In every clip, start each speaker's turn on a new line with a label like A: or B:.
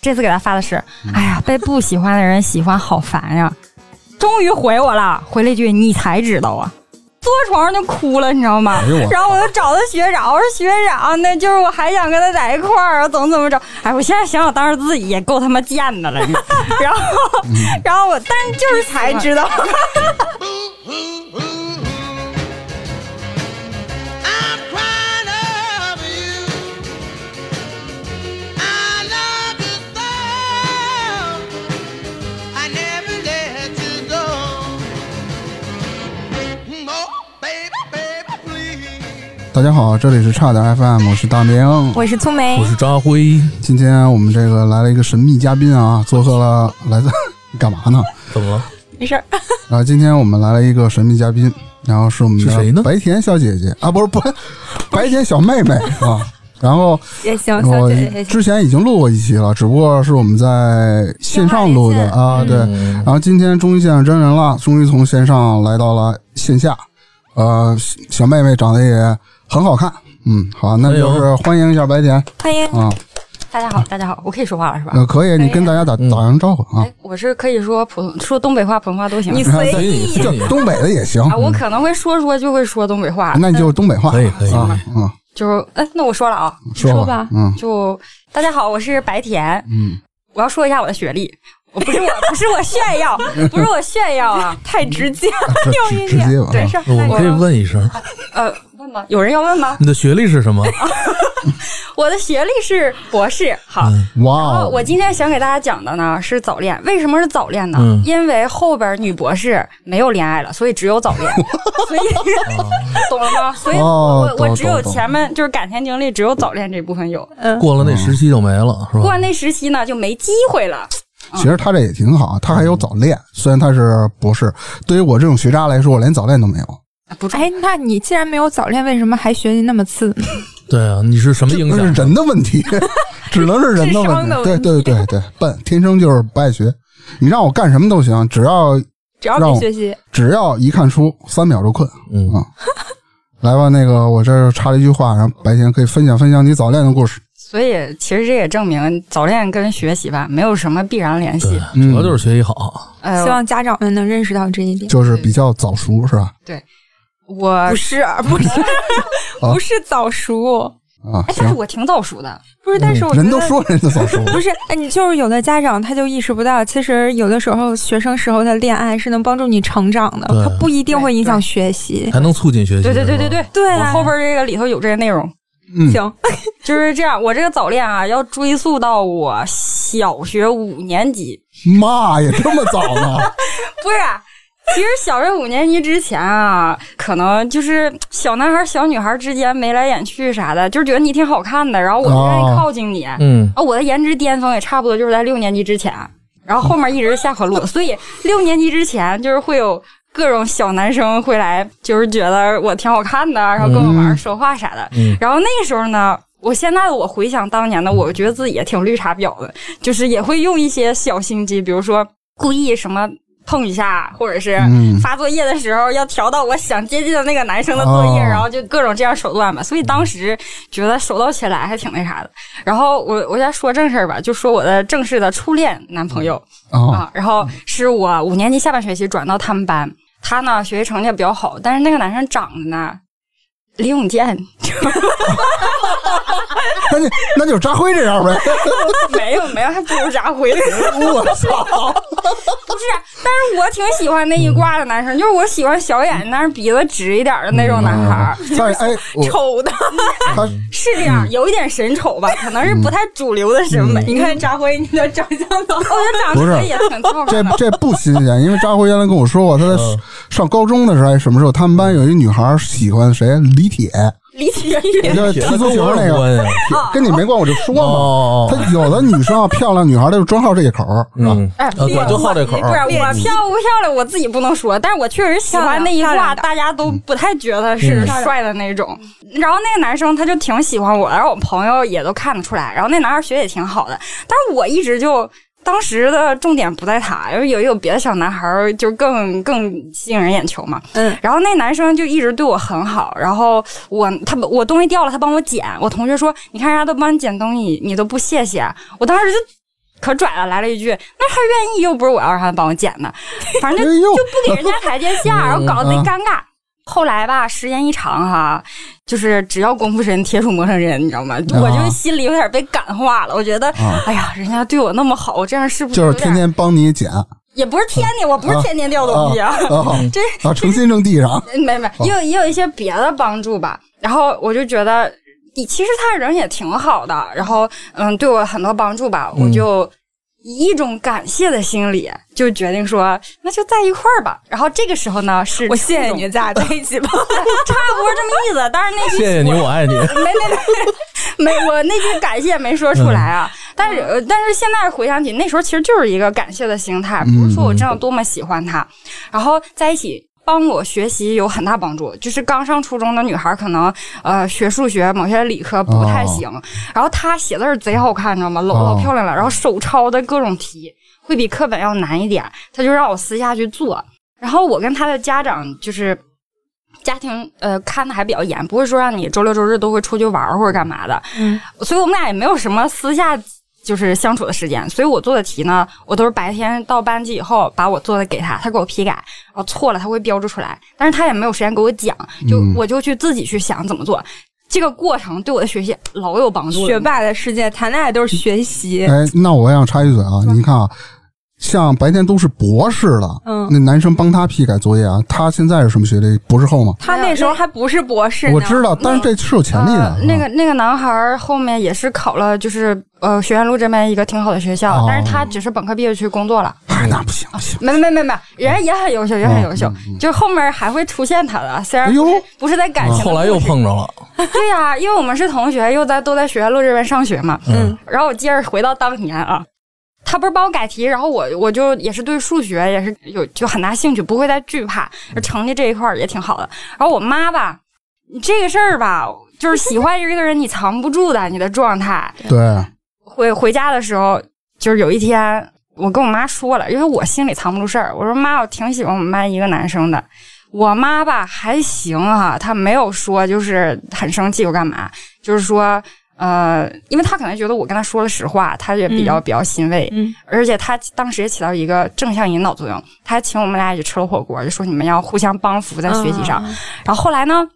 A: 这次给他发的是，哎呀，被不喜欢的人喜欢好烦呀。终于回我了，回了一句你才知道啊，坐床上就哭了，你知道吗？
B: 哎呦我
A: 然后我就找他学长，我说学长，那就是我还想跟他在一块儿啊，怎么怎么着？哎，我现在想想当时自己也够他妈贱的了，你然后，然后我，但是就是才知道，
C: I'm crying over you. I love you so. I never let you go. Oh, baby, baby, please.
D: 大家好，这里是差点 FM，我是大明。
A: 我是粗梅
B: 我，是扎辉，
D: 今天我们这个来了一个神秘嘉宾啊，做客了来自 你干嘛呢？
B: 怎么了？
A: 没事儿，
D: 啊，今天我们来了一个神秘嘉宾，然后是我们
B: 是谁
D: 的
B: 呢
D: 白甜小姐姐啊，不是不，白甜小妹妹啊。然后
A: 也行
D: 我之前已经录过一期了，只不过是我们在线上录的
A: 线
D: 啊，对。
B: 嗯
D: 然后今天终于见上真人了，终于从线上来到了线下。呃，小妹妹长得也很好看，嗯，好，那
B: 哎
D: 就是欢迎一下白甜
A: 欢迎
D: 啊，
A: 大家好，大家好，我可以说话了是吧？
D: 呃，可以，你跟大家打打声招呼啊
A: 哎，，我是可以说普通说东北话、普通话都行。
E: 你随
B: 随你
E: 意。
B: 随你
D: 就，东北的也行，
A: 啊，我可能会说说就会说东北话，
D: 嗯那你就是东北话，
B: 可以可以
D: 啊，嗯，
A: 就是哎，那我说了啊，
D: 说
E: 说吧
D: 嗯
A: 就大家好，我是白甜，
D: 嗯，
A: 我要说一下我的学历，我不是我不是我炫 耀，不是我炫耀啊，
D: 嗯
E: 太直接了，
D: 这直直接吧，
A: 对
D: 啊
A: 事儿，
B: 我可以问一声，
A: 呃问吗？有人要问吗？
B: 你的学历是什么？
A: 我的学历是博士，好。
B: 嗯
A: 然
D: 哇
A: 后
D: 哦，
A: 我今天想给大家讲的呢是早恋，为什么是早恋呢？
B: 嗯
A: 因为后边女博士没有恋爱了，所以只有早 恋，所以 懂了吗？所以我、
D: 哦
A: 我
D: 懂
A: 我只有
D: 懂懂
A: 前面就是感情经历只有早恋这部分有，
B: 过了那时期就没了，是
A: 过完
B: 吧？
A: 那时期呢就没机会了。
D: 其实他这也挺好，他还有早恋，虽然他是博士，对于我这种学渣来说，我连早恋都没有，
A: 不重要
E: 哎，那你既然没有早恋，为什么还学习那么次呢？
B: 对啊，你是什么影
D: 这是
B: 响？
D: 人的问题，只能是人的
E: 智
D: 问
E: 商
D: 题
E: 的，
D: 对
E: 问
D: 对对对，笨，天生就是不爱学，你让我干什么都行，只要
E: 只要
D: 让
E: 没
D: 我
E: 学习，
D: 只要一看书，三秒就困。
B: 嗯
D: 啊来吧，那个我这儿插了一句话，然后白天可以分享分享你早恋的故事。
A: 所以其实这也证明早恋跟学习吧没有什么必然联系。
B: 对，
D: 嗯
B: 主要就是学习好，
A: 呃，
E: 希望家长们能认识到这一点。
D: 就是比较早熟是吧？
A: 我
E: 不是，啊不是， 不是早熟，
D: 啊，
A: 哎，但是
D: 行，
A: 我挺早熟的，
E: 不是。但是我
D: 嗯
E: 觉
D: 人
E: 得
D: 都说人家早熟，
E: 不是，哎，你就是有的家长他就意识不到，其实有的时候学生时候的恋爱是能帮助你成长的，
B: 对
E: 它不一定会影响学习。
B: 还能促进学习。
A: 对对对
B: 是吧
A: 对对，。
E: 对
A: 我
E: 啊，
A: 后边这个里头有这个内容，
D: 嗯，
E: 行，
A: 就是这样。我这个早恋啊，要追溯到我小学五年级，
D: 妈呀，这么早呢？
A: 不是。啊其实小学五年级之前啊，可能就是小男孩、小女孩之间眉来眼去啥的，就是觉得你挺好看的，然后我就愿意
D: 哦
A: 靠近你。
B: 嗯，
A: 啊，我的颜值巅峰也差不多就是在六年级之前，然后后面一直是下坡路，所以六年级之前就是会有各种小男生会来，就是觉得我挺好看的，然后跟我玩、儿、说话啥的。
B: 嗯
A: 然后那个时候呢，我现在的我回想当年的我，我觉得自己也挺绿茶婊的，就是也会用一些小心机，比如说故意什么。碰一下，或者是
D: 嗯
A: 发作业的时候要调到我想接近的那个男生的作业，
D: 哦
A: 然后就各种这样手段吧。所以当时觉得手到擒来还挺那啥的。然后我我先说正事儿吧，就说我的正式的初恋男朋友、
D: 啊，
A: 啊，然后是我五年级下半学期转到他们班，他呢学习成绩比较好，但是那个男生长得呢，李永健
D: 那就那就是扎辉这 样呗。
A: 没有没有，还不如扎辉呢。
D: 我操！
A: 不是，但是我挺喜欢那一挂的男生，就是我喜欢小眼，但是鼻子直一点儿的那种男孩儿。
D: 但是哎，我
E: 丑的，
D: 他
A: 是这
B: 嗯
A: 样，有一点审丑吧，可能是不太主流的审美。
E: 你看扎辉，你的长相都
A: 我觉得长
D: 不是
A: 得也挺凑合
D: 这
A: 的。
D: 这不新鲜，因为扎辉原来跟我说过，他在
B: 嗯
D: 上高中的时候，哎还是什么时候，他们班有一女孩喜欢谁？李铁，
A: 李铁
D: 就是踢足球那
B: 有
D: 个，
B: 关系。
D: 跟你没关，我就说嘛。
B: 嗯哦，
D: 他有的女生啊，漂亮女孩，她就专好这一口儿，是吧？
B: 嗯，
A: 哎
B: 啊我就好这
A: 不
B: 口
A: 是
B: 儿，
A: 我漂不漂亮，我自己不能说，但是我确实喜欢那一
E: 漂
A: 挂，
E: 亮的
A: 大家
B: 嗯
A: 都不太觉得是帅的那种。然后那个男生他就挺喜欢我，然后我朋友也都看得出来。然后那男孩学得也挺好的，但是我一直就当时的重点不在他，因为有有别的小男孩儿就更更吸引人眼球嘛。
E: 嗯，
A: 然后那男生就一直对我很好，然后我他我东西掉了，他帮我捡。我同学说：“你看人家都帮你捡东西，你都不谢谢。”我当时就可拽了，来了一句：“那他愿意，又不是我要让他帮我剪的，反正
D: 哎
A: 就
D: 呦，
A: 不给人家台阶下，然后搞得贼
D: 嗯
A: 尴尬。后来吧，时间一长哈，就是只要功夫深，铁杵磨成针，你知道吗？我就心里有点被感化了。我觉得，
D: 啊
A: 哎呀，人家对我那么好，我这样是不是
D: 就是
A: 有
D: 天
A: 点？
D: 天帮 你剪啊
A: 也不是天天，我不是天天掉东西啊，
D: 啊
A: 这
D: 啊，诚心正地上，
A: 没没，也有也有一些别的帮助吧。然后我就觉得，你其实他人也挺好的，然后嗯，对我很多帮助吧，我就以一种感谢的心理，就决定说那就在一块儿吧。然后这个时候呢，是
E: 我谢谢
A: 初中
E: 你，，咱俩在一起 吧。
A: 差不多这么意 思。但是那句
B: 谢谢你，我爱你。
A: 没 没没没，我那句感谢没说出来啊。但是呃但是现在回想起那时候，其实就是一个感谢的心态，不是说我真的多么喜欢他。然后在一起帮我学习有很大帮助，就是刚上初中的女孩可能呃学数学某些理科不太行，然后她写字儿贼好看，你知道吗？老老
D: 哦
A: 漂亮了，然后手抄的各种题会比课本要难一点，她就让我私下去做。然后我跟她的家长就是家庭呃看的还比较严，不会说让你周六周日都会出去玩儿或者干嘛的，
E: 嗯，
A: 所以我们俩也没有什么私下就是相处的时间。所以我做的题呢，我都是白天到班级以后把我做的给他，他给我批改，然后错了他会标注出来，但是他也没有时间给我讲，就
D: 嗯
A: 我就去自己去想怎么做。这个过程对我的学习老有帮助了。
E: 学霸的世界，谈恋爱都是学习。
D: 哎，那我想插一嘴啊，你看啊，像白天都是博士了，
E: 嗯
D: 那男生帮他批改作业啊，他现在是什么学历？博士后吗？
E: 他那时候还不是博士呢，嗯
D: 我知道，但是这是有潜力的。
A: 呃。那个那个男孩儿后面也是考了，就是呃学院路这边一个挺好的学校，
D: 哦
A: 但是他只是本科毕业去工作了。
D: 哎，那不行不行，
A: 没没没没，人家也很优秀，也很优秀，
D: 嗯
A: 就后面还会出现他的，虽然
D: 哎呦哦
A: 不是,、不是在感情的故事、
B: 后来又碰着了，
A: 对呀、因为我们是同学，又在都在学院路这边上学嘛。
E: 嗯，
A: 然后我接着回到当年啊，他不是帮我改题，然后我我就也是对数学也是有就很大兴趣，不会再惧怕，成绩这一块儿也挺好的。然后我妈吧，这个事儿吧，就是喜欢一个人你藏不住的，你的状态。
D: 对，啊
A: 回回家的时候，就是有一天我跟我妈说了，因为我心里藏不住事儿，我说妈，我挺喜欢我们班一个男生的。我妈吧还行哈、她没有说就是很生气或干嘛，就是说呃，因为她可能觉得我跟她说了实话，她也比较、
E: 嗯
A: 比较欣慰，
E: 嗯
A: 而且她当时也起到一个正向引导作用，她还请我们俩一起吃了火锅，就说你们要互相帮扶在学习上。
E: 嗯
A: 然后后来呢，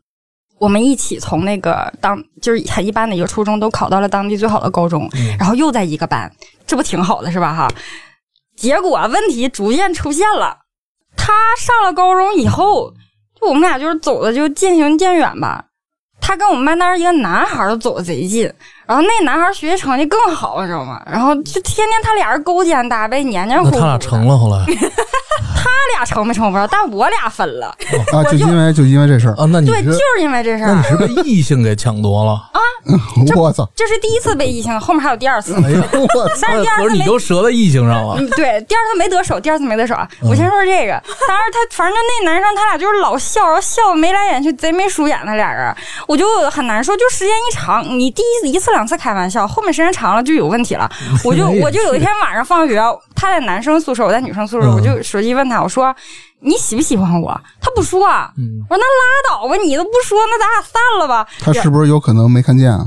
A: 我们一起从那个当就是很一般的一个初中，都考到了当地最好的高中，然后又在一个班，这不挺好的是吧？哈，结果问题逐渐出现了。他上了高中以后，就我们俩就是走的就渐行渐远吧。他跟我们班当时一个男孩儿都走的贼近，然后那男孩儿学习成绩更好，你知道吗？然后就天天他俩人勾肩搭背，黏黏糊
B: 那
A: 糊。
B: 他俩成，了，后来
A: 他俩成没成不知道，但我俩分了。
D: 啊，就因为就因为这事儿，
B: 啊？那你嗯
A: 对，就是是因为这事
B: 那
A: 儿
B: 你，是被异性给抢夺了？
D: 我操，
A: 这是第一次被异性，后面还有第二次。
B: 哎呀，
D: 我操，
A: 但是第二
B: 合
A: 次
B: 着你
A: 没
B: 都折在异性上了。
A: 嗯，对，第二次没得手，第二次没得手啊。
B: 嗯
A: 我先说说这个，当时他反正那男生他俩就是老笑，然后笑的眉来眼去，贼没疏眼，他俩人，我就很难受。就时间一长，你第一一次两次开玩笑，后面时间长了就有问 题了。我就
B: 哎呀
A: 我就有一天晚上放学，他在男生宿舍，我在女生宿舍，
B: 嗯
A: 我就手机问他，我说你喜不喜欢我？他不说啊，
B: 嗯，
A: 我说那拉倒吧，你都不说，那咱俩散了吧。
D: 他是不是有可能没看见啊？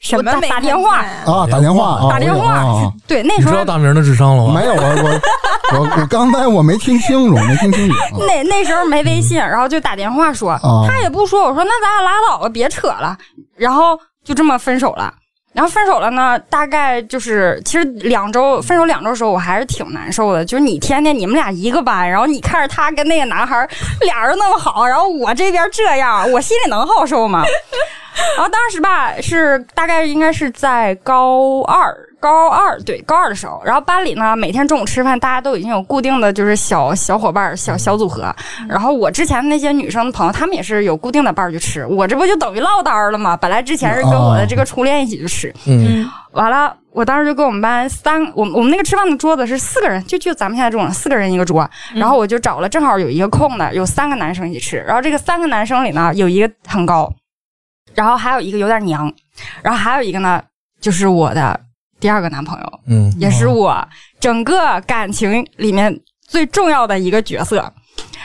E: 什么
A: 打
E: 没
A: 打
E: 看
A: 电话
E: 见
D: 啊，打电话啊，
A: 打电话哎
D: 我有啊
A: 对，那
B: 你
A: 时
B: 知
A: 候
B: 道大明的智商了
D: 啊
B: 吗？
D: 没有，我我我我刚才我没听清楚，没听清楚啊
A: 那那时候没微信，然后就打电话说，
D: 啊
A: 他也不说，我说那咱俩拉倒吧，别扯了，然后就这么分手了。然后分手了呢，大概就是其实两周分手两周的时候，我还是挺难受的。就是你天天你们俩一个班，然后你看着他跟那个男孩儿俩人那么好，然后我这边这样，我心里能好受吗？ 然后当时吧，是大概应该是在高二，高二对高二的时候，然后班里呢每天中午吃饭，大家都已经有固定的就是小小伙伴儿、小小组合。然后我之前那些女生的朋友，她们也是有固定的伴儿去吃，我这不就等于落单儿了吗？本来之前是跟我的这个初恋一起去吃，
B: 嗯，
E: 嗯
A: 完了，我当时就跟我们班三，我们我们那个吃饭的桌子是四个人，就就咱们现在这种四个人一个桌，
E: 嗯
A: 然后我就找了正好有一个空的，有三个男生一起吃，然后这个三个男生里呢，有一个很高，然后还有一个有点娘，然后还有一个呢，就是我的第二个男朋友，
B: 嗯，
A: 也是我整个感情里面最重要的一个角色。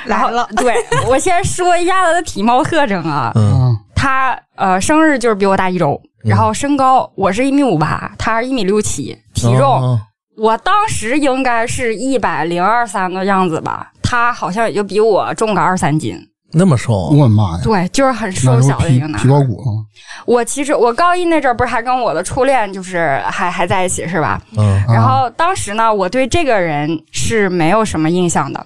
A: 然后
E: 来了，
A: 对我先说一下他的体貌特征啊，
B: 嗯，
D: 啊
A: 他呃生日就是比我大一周，然后身高我是一米五八，他是一米六七，体重
B: 哦
A: 我当时应该是一百零二三的样子吧，他好像也就比我重个二三斤，
B: 那么瘦，啊
D: 我的妈呀，
A: 对，就是很
D: 那
A: 瘦
D: 时
A: 小
D: 候
A: 的
D: 皮
A: 一个男
D: 皮
A: 孩。
D: 包骨啊，
A: 我其实我高一那阵儿不是还跟我的初恋就是还还在一起是吧？
B: 嗯，
A: 然
D: 啊
A: 后当时呢，我对这个人是没有什么印象的。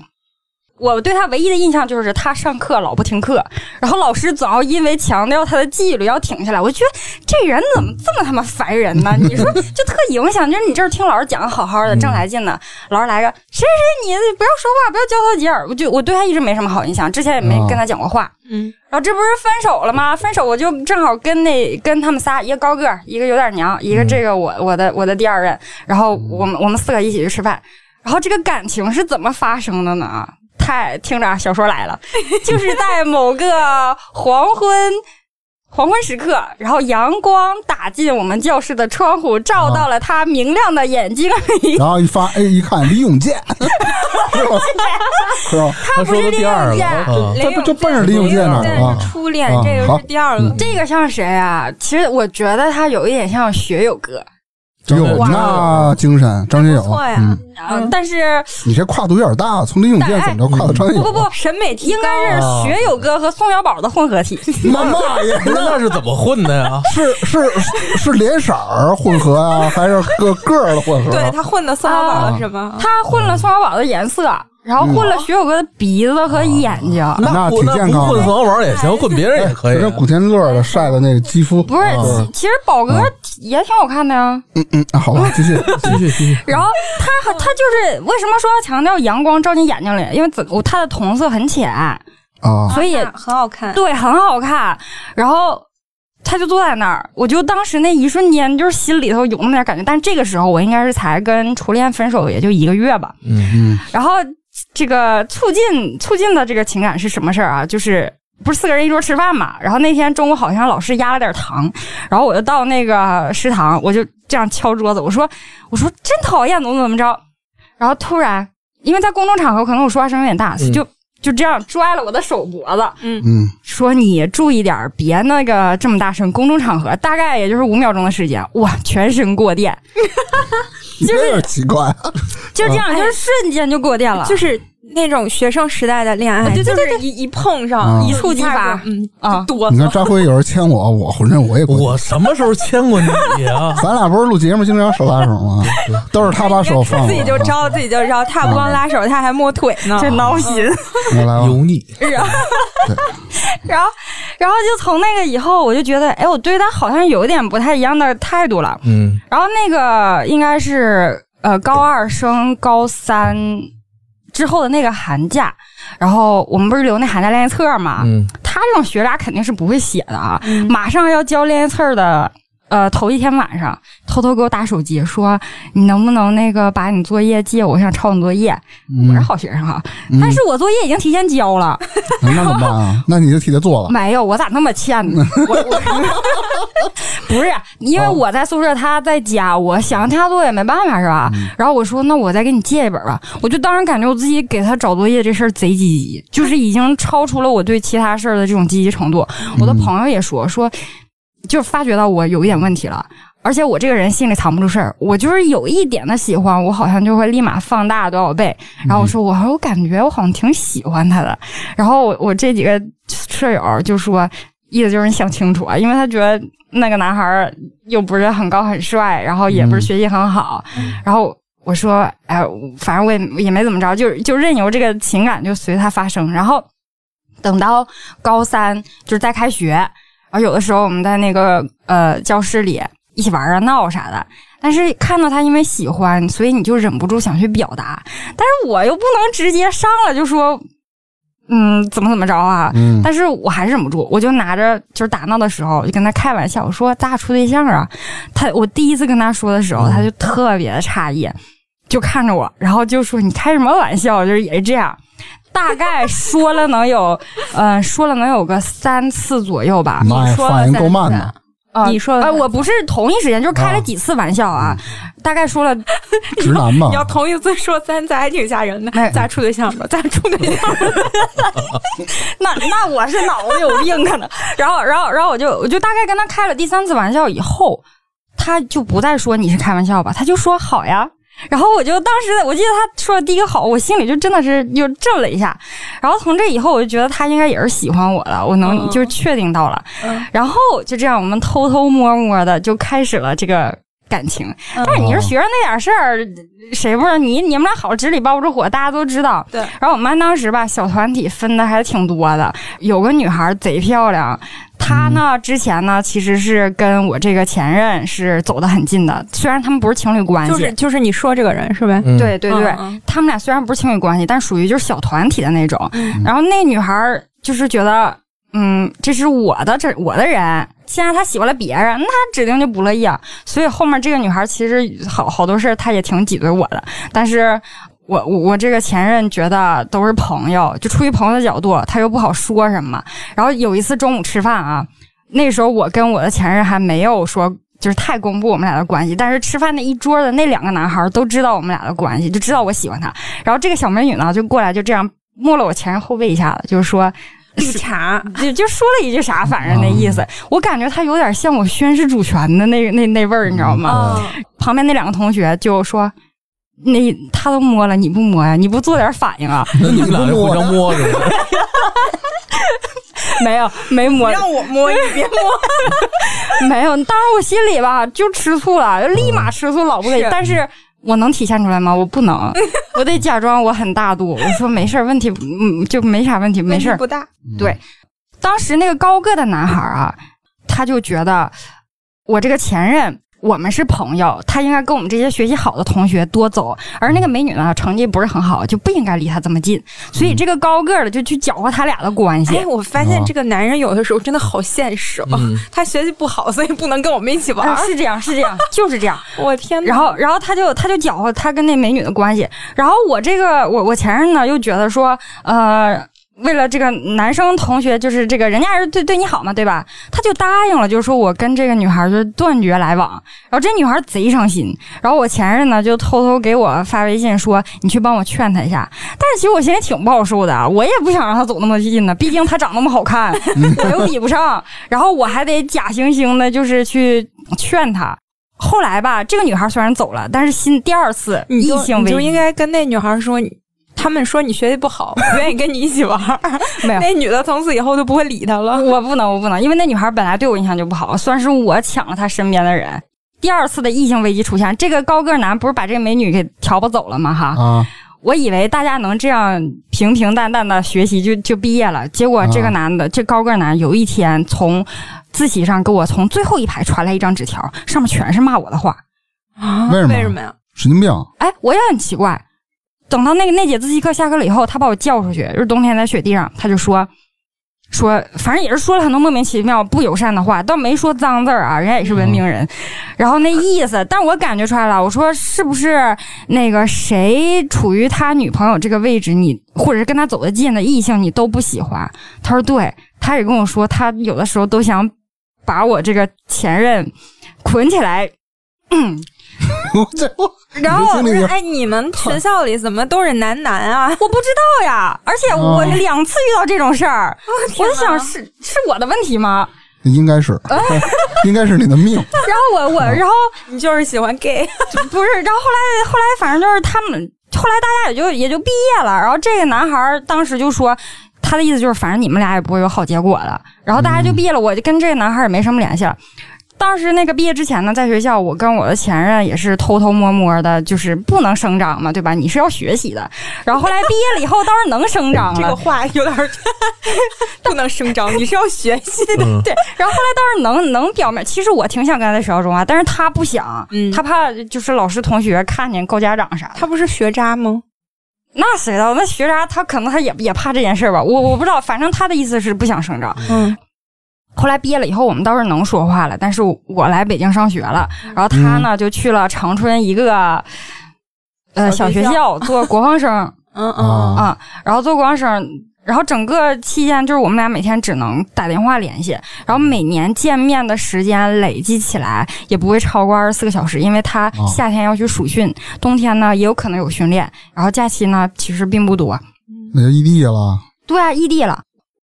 A: 我对他唯一的印象就是他上课老不听课，然后老师总要因为强调他的纪律要停下来。我就觉得这人怎么这么他妈烦人呢？你说就特影响，就是你这儿听老师讲好好的，
B: 嗯
A: 正来劲呢，老师来个谁谁谁，你不要说话，不要交头接耳。我就我对他一直没什么好印象，之前也没跟他讲过话。
E: 嗯，
A: 然后这不是分手了吗？分手我就正好跟那跟他们仨，一个高个儿，一个有点娘，一个这个我我的我的第二任。然后我们我们四个一起去吃饭。然后这个感情是怎么发生的呢？太听着啊小说来了，就是在某个黄昏。黄昏时刻，然后阳光打进我们教室的窗户，照到了他明亮的眼睛里。
D: 然后一发，哎，一看李永健， 是吧？是吧？
B: 他
A: 不
B: 说
A: 是
B: 的
A: 李
B: 第二
A: 永
B: 个
A: 健，
B: 啊，
A: 雷
D: 这
A: 永
D: 这奔着李永健呢
E: 这
D: 啊
E: 是！初恋
D: 啊，
E: 这个
D: 好
E: 是第二个
D: 嗯。
A: 这个像谁啊？其实我觉得他有一点像学友哥，
D: 有
E: 哇
D: 那精神，张学友
E: 不错，呀
D: 嗯，
A: 嗯，但是
D: 你这跨度有点大，从李永健怎么着跨到张学
A: 不不
D: 友？
A: 不，
E: 审美提
A: 应
E: 高，
A: 该是学友哥和宋小宝的混合体。
B: 嗯
D: 妈妈 呀！
B: 那是怎么混的呀？
D: 是是是是脸色儿混合啊，还是个个儿的混合？啊
E: 对他混的宋小宝
A: 啊
E: 了是吗？
A: 他混了宋小宝的颜色，然后混了学友哥的鼻子和眼睛。
D: 那
B: 不
D: 挺健
B: 不
D: 康
B: 混
D: 的。
B: 小宝也行，混别人也可以啊
D: 就。哎像古天乐的晒的那个肌肤，
A: 不是
D: 啊，
A: 其其实宝哥也挺好看的呀。
D: 嗯，啊好吧，继 续。
B: 继续继续，
A: 然后他
D: 嗯
A: 他就是为什么说要强调阳光照进眼睛里？因为紫他的瞳色很浅，
D: 啊，
A: 所以
E: 啊很好看。
A: 对，很好看。然后他就坐在那儿，我就当时那一瞬间，就是心里头有那么点感觉。但这个时候，我应该是才跟初恋分手，也就一个月吧。
B: 嗯，
D: 嗯，
A: 然后这个促进促进的这个情感是什么事儿啊？就是不是四个人一桌吃饭嘛？然后那天中午好像老师压了点糖，然后我就到那个食堂，我就这样敲桌子，我说我说真讨厌，怎么怎么着。然后突然，因为在公众场合，可能我说话声音有点大，
B: 嗯
A: 就就这样拽了我的手脖子，
D: 嗯，
A: 说你注意点儿，别那个这么大声，公众场合大概也就是五秒钟的时间，哇，全身过电，
D: 你这有点奇怪。啊
A: 就这样，
E: 哎
A: 就是瞬间就过电了，
E: 就是那种学生时代的恋爱，啊对对对，一一碰上
D: 啊，
E: 一
A: 触即
E: 下
A: 发
E: 就嗯
A: 啊
E: 哆
D: 你
E: 嗦
D: 看张辉有人牵我，我浑身我也过。
B: 我什么时候牵过你 啊？
D: 咱俩不是录节目经常手拉手 吗？都是他把手放我。
E: 自己就招，自己就招，他不光拉手，他还摸腿呢，
A: 这挠心。
D: 来来吧，
B: 油腻，
A: 然后，然后就从那个以后，我就觉得，哎，我对他好像有一点不太一样的态度了。
B: 嗯，
A: 然后那个应该是呃高二升高三之后的那个寒假，然后我们不是留那寒假练习册嘛，
B: 嗯
A: 他这种学渣肯定是不会写的啊，
E: 嗯
A: 马上要交练习册的。呃，头一天晚上偷偷给我打手机，说你能不能那个把你作业借我，我想抄你作业。我是
D: 嗯，
A: 好学生哈，
D: 嗯
A: 但是我作业已经提前交了，
D: 那怎么办 啊？那你就替他做了。
A: 没有，我咋那么欠呢？我我不是因为我在宿舍，他在家，我想替他做也没办法是吧？然后我说那我再给你借一本吧，我就当时感觉我自己给他找作业这事儿贼积极，就是已经超出了我对其他事儿的这种积极程度。我的朋友也说说，就发觉到我有一点问题了。而且我这个人心里藏不住事儿，我就是有一点的喜欢，我好像就会立马放大多少倍。然后我说，我我感觉我好像挺喜欢他的。然后我我这几个舍友就说，意思就是你想清楚啊，因为他觉得那个男孩儿又不是很高很帅，然后也不是学习很好，然后。我说，哎，反正我也也没怎么着，就就任由这个情感就随它发生。然后等到高三，就是在开学，然后有的时候我们在那个呃教室里一起玩啊闹啥的。但是看到他因为喜欢，所以你就忍不住想去表达，但是我又不能直接上来就说，嗯，怎么怎么着啊？
D: 嗯
A: 但是我还是忍不住，我就拿着就是打闹的时候，就跟他开玩笑，我说咱俩处对象啊。他我第一次跟他说的时
D: 嗯
A: 候，他就特别的诧异，就看着我，然后就说你开什么玩笑？就是也是这样。大概说了能有， 呃，说了能有个三次左右吧。
D: 妈呀，
E: 说了
D: 反应
E: 再
D: 够慢的。
A: 啊
E: 你说的
A: 呃，我不是同一时间，就是开了
D: 啊
A: 几次玩笑啊，
D: 嗯
A: 大概说了
D: 直男吧
E: 你，要头一次说三次还挺吓人的
A: 哎，
E: 咱处对象吧，咱处对象吧，
A: 那那我是脑子有病可能。然后，然后，然后我就我就大概跟他开了第三次玩笑以后，他就不再说你是开玩笑吧，他就说好呀。然后我就当时我记得他说的第一个好，我心里就真的是又震了一下。然后从这以后，我就觉得他应该也是喜欢我了，我能
E: 嗯
A: 就是确定到了。
E: 嗯
A: 然后就这样，我们偷偷摸摸的就开始了这个感情。
E: 嗯
A: 但是你说学生那点事儿，谁不是你你们俩好纸里包不住火，大家都知道。
E: 对
A: 然后我们班当时吧，小团体分的还挺多的，有个女孩贼漂亮。她呢，之前呢，其实是跟我这个前任是走得很近的，虽然他们不是情侣关系，
E: 就是就是你说这个人是呗？
B: 嗯，
A: 对对对，
E: 嗯
A: 他们俩虽然不是情侣关系，但属于就是小团体的那种。
E: 嗯
A: 然后那女孩儿就是觉得，嗯，这是我的，这我的人。现在她喜欢了别人，那她指定就不乐意啊。所以后面这个女孩儿其实好好多事儿，她也挺挤兑我的，但是。我我我这个前任觉得都是朋友，就出于朋友的角度，他又不好说什么。然后有一次中午吃饭啊，那时候我跟我的前任还没有说就是太公布我们俩的关系，但是吃饭那一桌的那两个男孩都知道我们俩的关系，就知道我喜欢他。然后这个小美女呢，就过来就这样摸了我前任后背一下子，就是说。
E: 绿茶，
A: 就就说了一句啥，反正那意思，我感觉他有点像我宣誓主权的那那那味儿，你知道吗？
E: 嗯，
A: 旁边那两个同学就说：“那他都摸了，你不摸呀？你不做点反应啊
B: 那 你们俩就互相摸着，？”
A: 没有，没摸，
E: 让我摸一 遍，
A: 没有，当时我心里吧就吃醋了，就立马吃醋，老不给。
E: 是
A: 但嗯是我能体现出来吗？我不 能，我得假装我很大度。我说没事儿，问题嗯就没啥问题，没事儿。
E: 不大。
D: 嗯
A: 当时那个高个的男孩儿啊，他就觉得我这个前任。我们是朋友，他应该跟我们这些学习好的同学多走，而那个美女呢，成绩不是很好，就不应该离他这么近。所以这个高个儿的就去搅和他俩的关系。
E: 哎，我发
D: 哦
E: 现这个男人有的时候真的好现实哦
B: 嗯，
E: 他学习不好，所以不能跟我们一起玩
A: 啊，
E: 儿。
A: 是这样，是这样， 就是这样。
E: 哎我天哪！
A: 然后，然后他就他就搅和他跟那美女的关系。然后我这个我我前任呢又觉得说，呃，为了这个男生同学，就是这个人家是对对你好嘛，对吧？他就答应了，就是说我跟这个女孩就断绝来往。然后这女孩贼伤心。然后我前任呢就偷偷给我发微信说，你去帮我劝她一下。但是其实我心里挺不好受的啊，我也不想让她走那么近呢，毕竟她长那么好看，我又比不上。然后我还得假惺惺的，就是去劝她。后来吧，这个女孩虽然走了，但是新第二次
E: 你
A: 异
E: 就
A: 性
E: 你
A: 为
E: 就应
A: 敌
E: 该跟那女孩说，你他们说你学习不好， 不愿意跟你一起玩儿。
A: 没有。
E: 那女的从此以后就不会理他了。
A: 我不能，我不能，因为那女孩本来对我印象就不好，算是我抢了她身边的人。第二次的异性危机出现，这个高个男不是把这个美女给调包走了吗？哈，
D: 啊，
A: 我以为大家能这样平平淡淡的学习就就毕业了，结果这个男的，这高个男有一天从自习上给我从最后一排传来一张纸条，上面全是骂我的话。
E: 啊
D: 为什么
E: 为什么呀？
D: 神 经病，
A: 哎，我也很奇怪。等到那个那节自习课下课了以后，他把我叫出去，就是冬天在雪地上，他就说说，反正也是说了很多莫名其妙、不友善的话，倒没说脏字儿啊，人家也是文明人。然后那意思，但我感觉出来了，我说是不是那个谁处于他女朋友这个位置，你或者是跟他走得近的异性，你都不喜欢？他说对，他也跟我说，他有的时候都想把我这个前任捆起来。嗯
D: 我这我
A: 然后
D: 你这经历
E: 哎，你们学校里怎么都是男男 啊？
A: 我不知道呀，而且我
D: 哦
A: 两次遇到这种事儿，我
E: 哦天
A: 就
E: 哪
A: 想是是我的问题吗？
D: 应该 是，应该是你的命。
A: 然后我我然后
E: 你就是喜欢 gay，
A: 不是，然后后来后来反正就是他们后来大家也就也就毕业了，然后这个男孩儿当时就说。他的意思就是，反正你们俩也不会有好结果的。然后大家就毕业了，我就跟这个男孩儿也没什么联系了。当时那个毕业之前呢，在学校，我跟我的前任也是偷偷摸摸的，就是不能生长嘛，对吧？你是要学习的。然后后来毕业了以后，倒是能生长
E: 这
A: 了
E: 个，话有点儿不能声张，你是要学习的。
B: 嗯
A: 对，然后后来倒是能能表面，其实我挺想跟他在学校中啊，但是他不想，
E: 嗯
A: 他怕就是老师同学看见告家长啥的。
E: 他不是学渣吗？
A: 那谁知道？那学渣他可能他也也怕这件事儿吧，我我不知道，反正他的意思是不想生长。
E: 嗯，
A: 后来毕业了以后，我们倒是能说话了，但是我我来北京上学了，
E: 嗯
A: 然后他呢就去了长春一个呃
E: 小
A: 小
E: 学
A: 学校做国防 生，
E: 嗯
D: 啊
E: 嗯，
A: 啊，然后做光生，然后整个期间就是我们俩每天只能打电话联系，然后每年见面的时间累积起来也不会超过二十四个小时，因为他
D: 哦
A: 夏天要去暑训，冬天呢也有可能有训练，然后假期呢其实并不多。
E: 嗯
D: 那就异地了，
A: 对啊，异地了。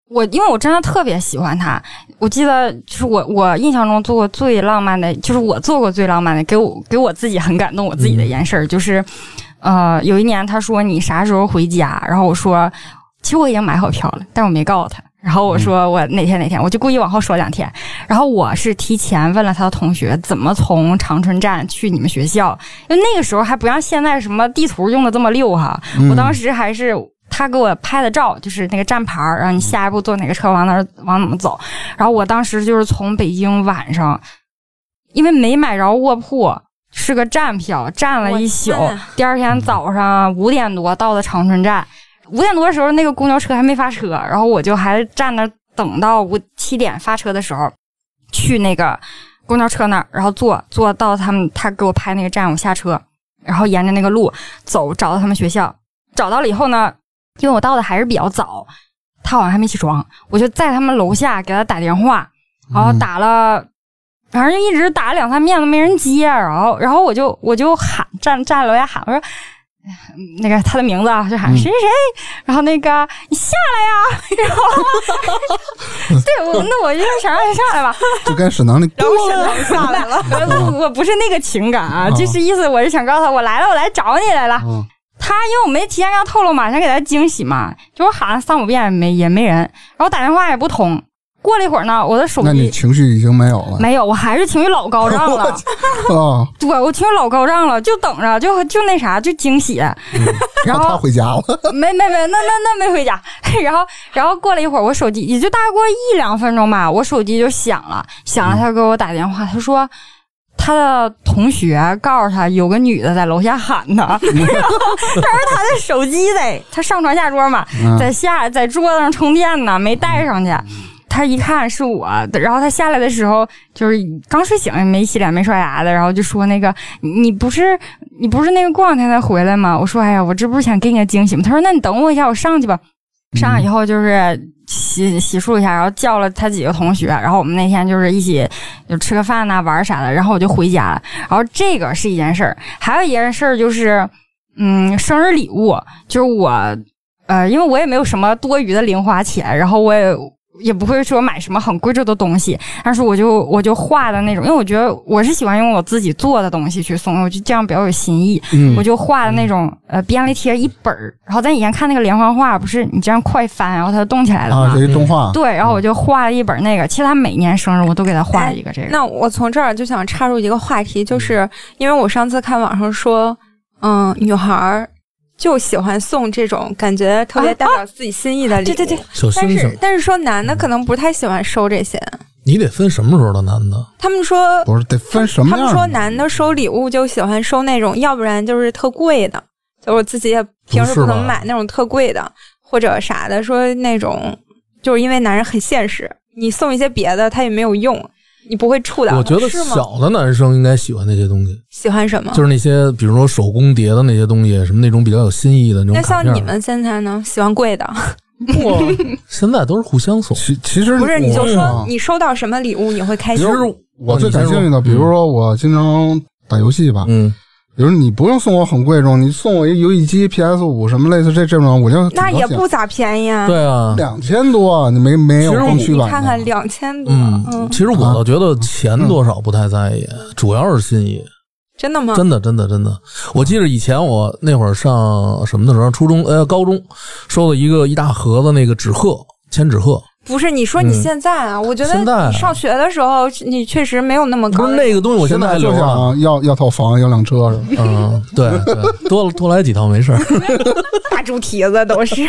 A: 我因为我真的特别喜欢他，我记得就是我我印象中做过最浪漫的，就是我做过最浪漫的，给我给我自己很感动我自己的一件事儿，就是呃有一年他说你啥时候回家，然后我说其实我已经买好票了，但我没告诉他。然后我说我哪天哪天，我就故意往后说两天。然后我是提前问了他的同学怎么从长春站去你们学校，因为那个时候还不像现在什么地图用的这么溜哈。我当时还是他给我拍的照，就是那个站牌儿，然后你下一步坐哪个车往哪儿往哪么走。然后我当时就是从北京晚上，因为没买着卧铺。是个站票，站了一宿
E: 我天啊。
A: 第二天早上五点多到的长春站，五点多的时候那个公交车还没发车，然后我就还站那儿等到五七点发车的时候，去那个公交车那儿，然后坐坐到他们他给我拍那个站，我下车，然后沿着那个路走，找到他们学校，找到了以后呢，因为我到的还是比较早，他好像还没起床，我就在他们楼下给他打电话，然后打了。反正一直打了两三遍都没人接，然后，然后我就我就喊站站楼下喊我说，哎那个他的名字啊，就喊谁谁谁，然后那个你下来呀， 然后对我那我就想让他下来吧，
D: 就该沈 腾的，
E: 然后沈腾下来了，
A: 我我不是那个情感啊，
D: 嗯
A: 就是意思我是想告诉他我来了，我来找你来了。
D: 嗯
A: 他因为我没提前跟他透露嘛，想给他惊喜嘛，就我喊了三五遍也没也没人，然后打电话也不通。过了一会儿呢，我的手
D: 那你
A: 机
D: 情绪已经没有了
A: 没有，我还是情绪老高涨
D: 我
A: 了。
D: 啊！
A: 对，我情绪老高涨了，就等着，就就那啥，就惊喜。然
D: 他
A: 后
D: 回家 了，
A: 没没没，那那那没回家。 然后然后过了一会儿，我手机也就大概过一两分钟吧，我手机就响了，响了，
D: 嗯
A: 他给我打电话，他说。他的同学告诉他，有个女的在楼下喊 他，然后他说他的手机在他上床下桌嘛，
D: 嗯
A: 在下在桌子上充电呢，没带上去。他一看是我，然后他下来的时候就是刚睡醒，没洗脸没刷牙的，然后就说那个你你不是你不是那个过两天才回来吗？我说哎呀，我这不是想给你个惊喜吗？他说那你等我一下，我上去吧。上来以后就是洗洗漱一下，然后叫了他几个同学，然后我们那天就是一起就吃个饭呐、玩儿啥的，然后我就回家了。然后这个是一件事儿，还有一件事儿就是，嗯，生日礼物，就是我，呃，因为我也没有什么多余的零花钱，然后我也也不会说买什么很贵重的东西，但是我就我就画的那种，因为我觉得我是喜欢用我自己做的东西去送，我就这样比较有新意。
D: 嗯
A: 我就画的那种呃便利贴一本儿，然后咱以前看那个连环画，不是你这样快翻，然后它就动起来了
D: 啊，
A: 嘛。
D: 这一动画，
A: 对，然后我就画了一本那个。其实他每年生日我都给他画一个
D: 哎
A: 这个。
E: 那我从这儿就想插入一个话题，
B: 嗯
E: 就是因为我上次看网上说，嗯，女孩儿就喜欢送这种感觉特别代表自己心意的礼物，
A: 对对对。
B: 小
E: 但
B: 星
E: 是
B: 星，
E: 但是说男的可
B: 嗯
E: 能不太喜欢收这些，
B: 你得分什么时候的男的，
E: 他们说
D: 不是得分什么
E: 他
D: 样啊
E: 们
D: 的？
E: 说男的收礼物就喜欢收那种，要不然就是特贵的，就我自己也平时
B: 不是
E: 不
B: 吧
E: 能买那种特贵的或者啥的，说那种就是因为男人很现实，你送一些别的他也没有用，你不会触到他。
B: 我觉得
E: 是吗？
B: 小的男生应该喜欢那些东西，
E: 喜欢什么？
B: 就是那些比如说手工叠的那些东西，什么那种比较有新意的那
E: 那
B: 种卡片。
E: 像你们现在呢？喜欢贵的，
B: 不，现在都是互相送。
D: 其其实
E: 不是？你就说
D: 我啊
E: 你嗯收到什么礼物你会开
B: 其
E: 心
B: 实？
D: 我最感兴趣的，比如，说我经常打游戏吧，
B: 嗯，
D: 比如你不用送我很贵重，你送我一游戏机、PS 五什么类似这这种，我就挺
E: 那
D: 高
E: 也
D: 兴
E: 不咋便宜啊！哎
B: 对啊，
D: 两千多，你没没有
B: 其实我
D: 光驱
E: 你
D: 版的？
E: 看看两千多，
B: 嗯，
E: 嗯，
B: 其实我倒觉得钱多少不太在意，主要是心意。
E: 真
D: 嗯
E: 的吗？
B: 真的，真的，真的。我记得以前我那会儿上什么的时候，初中呃高中收了一个一大盒子那个纸鹤，千纸鹤，
E: 不是，你说你
B: 嗯
E: 现在啊，我觉得
B: 现在
E: 你上学的时候，你确实没有那么
D: 嗯
B: 不
E: 高的。
B: 是那个东西，我
D: 现
B: 在还
D: 在
B: 留
D: 就
B: 着。
D: 想要要套房，要辆车是啊吧？
B: 嗯，对对，多了多来几套没事儿。
E: 大猪蹄子都是。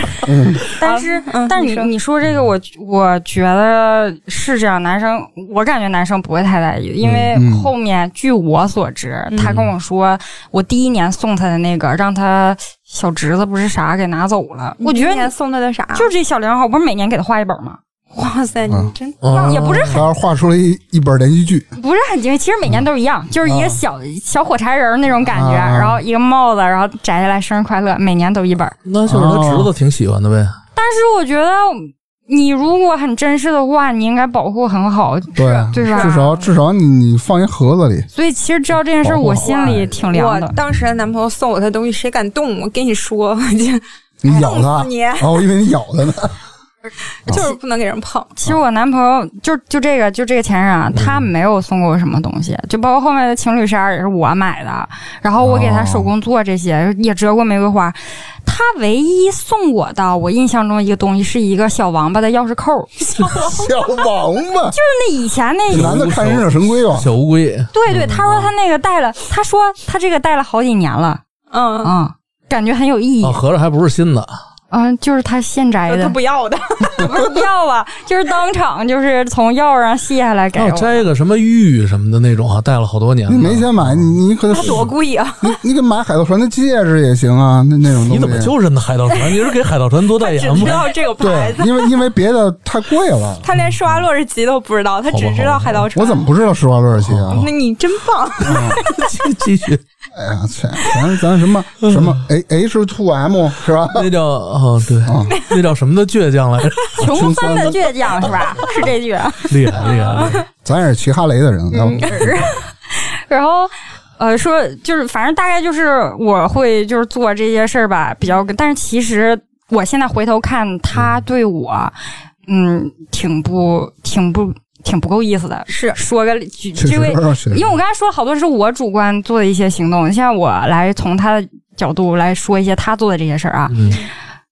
A: 但是，
E: 嗯
A: 但是
E: 你
A: 你
E: 说嗯
A: 你说这个，我我觉得是这样，男生我感觉男生不会太在意，因为
D: 嗯
A: 后面据我所知，
E: 嗯
A: 他跟我说，我第一年送他的那个，让他小侄子不是啥给拿走了，我觉得
E: 今年
A: 你
E: 送他的啥？
A: 就这小莲花，我不是每年给他画一本吗？
E: 哇塞，
D: 嗯
E: 你真
B: 嗯
A: 也不是很
D: 他画出了一一本连续剧，
E: 嗯
A: 不是很精致，其实每年都一样，就是一个小、小火柴人儿那种感觉，
D: 啊
A: 然后一个帽子，然后摘下来生日快乐，每年都一本儿。
B: 那就是他侄子挺喜欢的呗。
D: 啊
A: 但是我觉得你如果很珍视的话，你应该保护很好，
D: 对
A: 对吧？
D: 至少至少你你放一盒子里，
A: 所以其实知道这件事儿，我心里挺凉
E: 我
A: 的。
E: 当时的男朋友送我的东西，谁敢动？我跟你说，
D: 你咬
E: 弄
D: 它
E: 死，你！
D: 哦，我以为你咬它呢。
E: 就是不能给人碰。
A: 其实我男朋友就就这个就这个前任啊，他没有送过我什么东西，就包括后面的情侣衫也是我买的，然后我给他手工做这些，也折过玫瑰花。他唯一送我的，我印象中一个东西是一个小王八的钥匙扣，就是
D: 小王八，
A: 那以前那
D: 男的看忍者神龟吧，
B: 小乌龟，
A: 对对，他说他那个戴了，他说他这个戴了好几年了，
E: 嗯，
A: 嗯，哦感觉很有
D: 嗯
A: 意义
B: 啊，，合着还不是新的，
A: 嗯，就是他现摘
E: 他
A: 的，
E: 不要的，
A: 不是要吧，就是当场就是从钥匙上卸下来给
B: 要
A: 我。
B: 啊摘个什么玉什么的那种啊，戴了好多年了。
D: 你啊没钱买，你你可得
E: 他多故意啊！
D: 你你给买海盗船的戒指也行啊，那那种东西。
B: 你怎么就是那海盗船？你是给海盗船做代
E: 只
B: 言
E: 知
B: 吗？
E: 道这个牌
D: 对
E: 子，，
D: 因为因为别的太贵了，
E: 他连施华洛世奇都不知道，他只知道海盗船。
D: 我怎么？不知道施华洛世奇啊？
A: 哦
E: 那你真 棒！
B: 继续，
D: 哎呀，切，咱咱什 么什么 A H two M 是吧？
A: 嗯
B: 那叫啊，对
D: 啊，
B: 那叫什么的倔强 来着？
A: 穷酸的倔 强是吧？是这句。啊
B: 厉害，厉害，厉
E: 啊
B: 害！
D: 咱也是骑哈雷的
A: 嗯
D: 人，要不
A: 然后，呃，说就是，反正大概就是我会就是做这些事儿吧，比较。但是其实我现在回头看，他对我，嗯，挺不挺不挺不够意思的。
E: 是
A: 说个举
D: 确实
A: 这位，
D: 确实
A: 因为我刚才说了好多是我主观做的一些行动，现在我来从他的角度来说一些他做的这些事儿啊。
B: 嗯，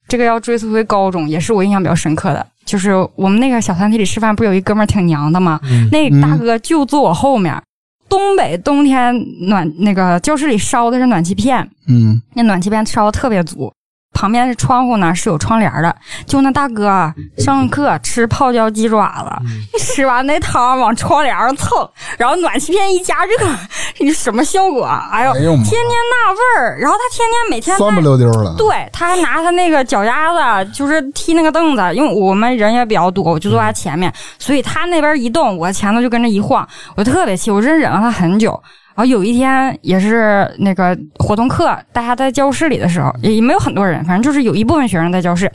A: 这个要追溯回高中，也是我印象比较深刻的，就是我们那个小团体里吃饭，不有一哥们儿挺娘的吗？
B: 嗯
A: 那大哥就坐我后面儿。东北冬天暖那个教室里烧的是暖气片，
D: 嗯，
A: 那暖气片烧的特别足。旁边的窗户呢是有窗帘儿的，就那大哥啊上课吃泡椒鸡爪子，吃完那汤往窗帘上蹭，然后暖气片一加热， 你什么效果啊？哎呦，
D: 哎呦妈
A: 天，天那味儿，然后他天天每天
D: 酸不
A: 拿
D: 溜丢的，
A: 对，他还拿他那个脚丫子，就是踢那个凳子，因为我们人也比较多，我就坐他前面，所以他那边一动，我前头就跟着一晃，我特别气，我真忍了他很久。然后有一天也是那个活动课，大家在教室里的时候，也也没有很多人，反正就是有一部分学生在教室，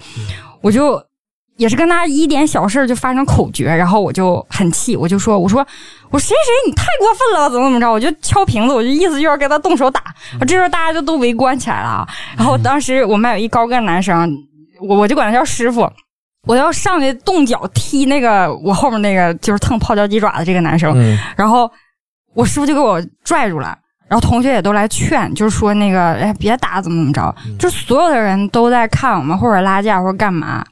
A: 我就也是跟他一点小事儿就发生口角，然后我就很气，我就说我说我谁谁你太过分了吧，怎么怎么着，我就敲瓶子，我就意思就是跟他动手打。这时候大家就都围观起来了啊。然后当时我们班有一高个男生，我我就管他叫师傅。我要上去动脚踢那个我后面那个就是蹭泡椒鸡爪的这个男生，
B: 嗯，
A: 然后我师傅就给我拽住了，然后同学也都来劝，就是说那个哎别打怎么怎么着，就是所有的人都在看我们或者拉架或者干嘛。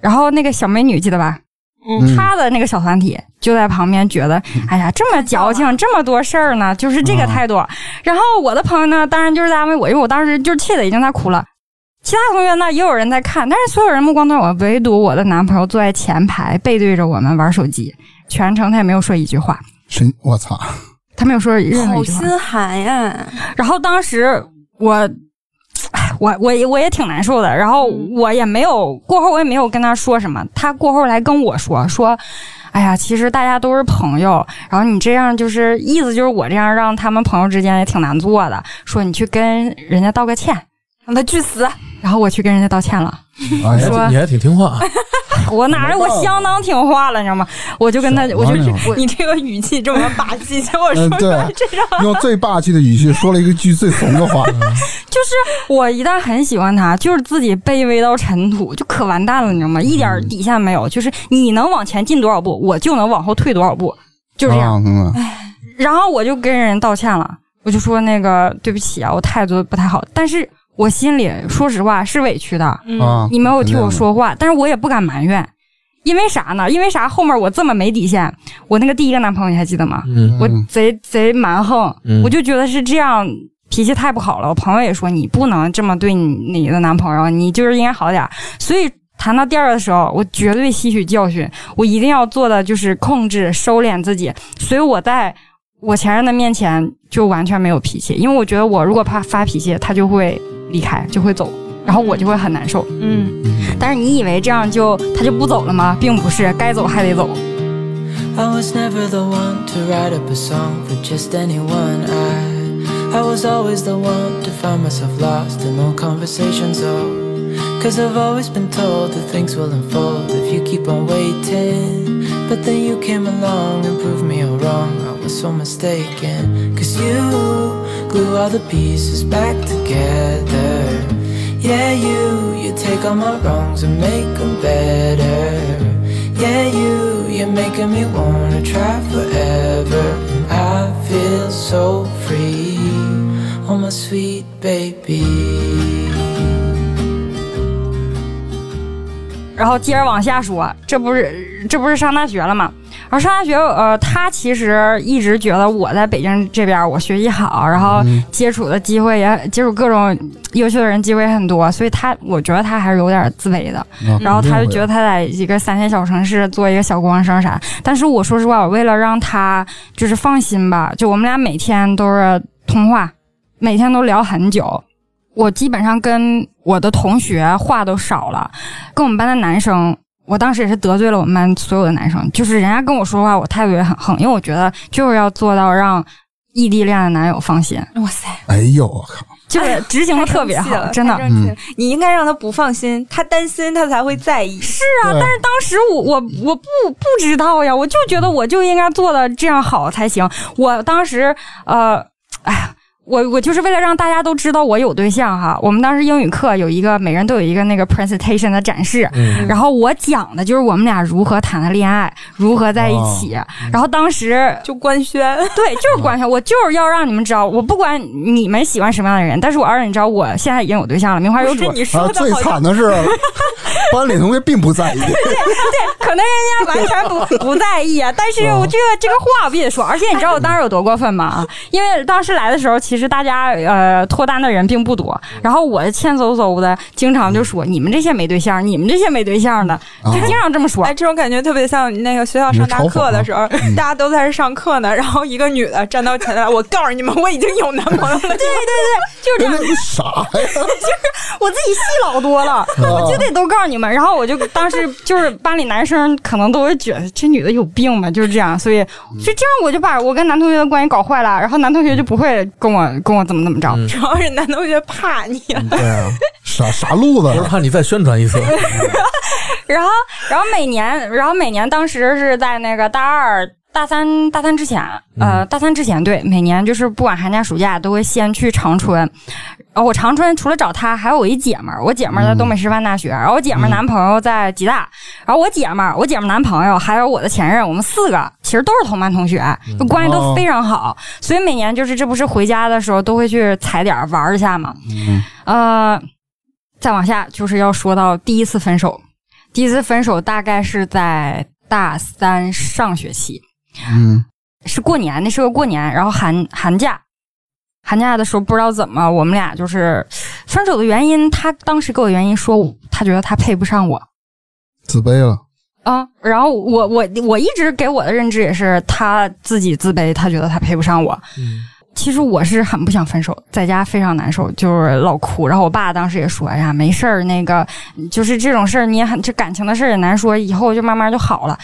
A: 然后那个小美女记得吧？
D: 嗯
A: 她的那个小团体就在旁边觉得，哎呀，这么矫情，这么多事儿呢，就是这个态度。然后我的朋友呢，当然就是在安慰我，因为我当时就是气的已经在哭了。其他同学呢也有人在看，但是所有人目光都在我，唯独我的男朋友坐在前排，背对着我们玩手机，全程他也没有说一句话。
D: 神，我操，
A: 他没有说任何
E: 好
A: 一句话。
E: 心寒呀！
A: 然后当时我，哎，我我也我也挺难受的。然后
E: 嗯
A: 我也没有过后，我也没有跟他说什么。他过后来跟我说说，哎呀，其实大家都是朋友，然后你这样就是意思就是我这样让他们朋友之间也挺难做的。说你去跟人家道个歉，
E: 让他去死！
A: 然后我去跟人家道歉了。
D: 哎
B: 你还
D: 呀，
A: 说
B: 挺你还挺听 话，啊
A: 我哪儿我
D: 没办法
A: 相当听话了，你知道吗？我就跟他
D: 小，
A: 我就
D: 王那会
A: 我
E: 你这个语气这么霸气，结果说
D: 嗯
E: 出
D: 对
E: 来这让
D: 用最霸气的语气说了一个句最怂的话，
A: 就是我一旦很喜欢他，就是自己卑微到尘土，就可完蛋了，你知道吗？一点底线没有，就是你能往前进多少步，我就能往后退多少步， 就是这样。
D: 啊，嗯
A: 然后我就跟人道歉了，我就说那个对不起啊，我态度不太好，但是我心里说实话是委屈的，
E: 嗯，
D: 啊，
A: 你没有替我说话，但是我也不敢埋怨，因为啥呢？因为啥？后面我这么没底线，我那个第一个男朋友你还记得吗？
B: 嗯，
A: 我贼贼蛮横，
B: 嗯
A: 我就觉得是这样，脾气太不好了。我朋友也说你不能这么对你你的男朋友，你就是应该好点儿。所以谈到第二的时候，我绝对吸取教训，我一定要做的就是控制、收敛自己。所以我在我前任的面前就完全没有脾气，因为我觉得我如果怕发脾气，他就会离开，就会走。然后我就会很难受，
E: 嗯，
D: 啊
A: 但是你以为这样就他就不走了吗？并不是，该走还得走。
F: I was never the one to write up a song for just anyone. I, I was always the one to find myself lost in old conversations. Oh, cause I've always been told that things will unfold if you keep on waiting. But then you came along and proved me all wrong. I was so mistaken. Cause you glue all the pieces back together. Yeah, you, you take all my wrongs and make them better. Yeah, you, you're making me wanna try forever. I feel so free, oh my sweet baby.
A: 然后接着往下说，这不是这不是上大学了嘛？然后上大学，呃，他其实一直觉得我在北京这边我学习好，然后接触的机会也接触各种优秀的人机会很多，所以他我觉得他还是有点自卑的。
D: 啊
A: 然后他
D: 肯定会
A: 就觉得他在一个三线小城市做一个小高中生啥。但是我说实话，我为了让他就是放心吧，就我们俩每天都是通话，每天都聊很久。我基本上跟我的同学话都少了，跟我们班的男生，我当时也是得罪了我们班所有的男生，就是人家跟我说话，我态度也很横，因为我觉得就是要做到让异地恋的男友放心，
E: 哇塞，
D: 哎呦我靠，
A: 就是执行的特别
E: 太生气
A: 好，
E: 了
A: 真的
E: 太。生气了你应该让他不放心，他担心他才会在 意。
A: 是啊，但是当时我我我不不知道呀，我就觉得我就应该做的这样好才行。我当时呃，哎呀。我我就是为了让大家都知道我有对象哈，我们当时英语课有一个每人都有一个那个 presentation 的展示，
B: 嗯
A: 然后我讲的就是我们俩如何谈的恋爱，如何在一起。
D: 哦
A: 然后当时
E: 就官宣，
A: 对，就是官宣，我就是要让你们知道，我不管你们喜欢什么样的人，但是我要让你知道我现在已经有对象了，名花有主。
E: 你
D: 啊，最 惨的是班里同学并不在意，
A: 可能人家完全不不 在意啊，但是 我这个这个话我必须得说，而且你知道我当时有多过分 吗？因为当时来的时候，其实大家呃脱单的人并不多，然后我欠嗖嗖的，经常就说你们这些没对象，你们这些没对象的，就经常这么说
E: 哎，。这种感觉特别像那个学校上大课的时候，大家都在这上课呢，然后一个女的站到前 台，我告诉你们，我已经有男朋友 了。
A: 对对对，就这
D: 人
A: 样
D: 家，你傻呀，
A: 我自己戏老多 了，我就得都告诉你们。然后我就当时就是班里男生可能都会觉得这女的有病吧，就是这样。所以就这样，我就把我跟男同学的关系搞坏了，然后男同学就不会跟我跟我怎么怎么着。
E: 主要是男同学怕你，
D: 对啊，傻傻路
B: 不是
D: 子，
B: 怕你再宣传一次，
A: 然后，然后每年，然后每年当时是在那个大二、大三、大三之前，呃，大三之前，对，每年就是不管寒假暑假都会先去长春。然后我长春除了找他，还有我一姐们儿，我姐们儿在东北师范大学，然后我姐们儿男朋友在吉大，然后我姐们儿、我姐们儿男朋友还有我的前任，我们四个其实都是同班同学，就关系都非常好，所以每年就是这不是回家的时候都会去踩点儿玩儿一下嘛，呃，再往下就是要说到第一次分手，第一次分手大概是在大三上学期，
D: 嗯，
A: 是过年，那是个过年，然后寒寒假，寒假的时候不知道怎么，我们俩就是分手的原因，他当时给我原因说我，他觉得他配不上我
D: 自卑了，
A: 啊，然后我我我一直给我的认知也是他自己自卑，他觉得他配不上我，
D: 嗯
A: 其实我是很不想分手，在家非常难受，就是老哭。然后我爸当时也说：“哎呀，没事儿，那个就是这种事儿，你也很这感情的事儿也难说，以后就慢慢就好了。”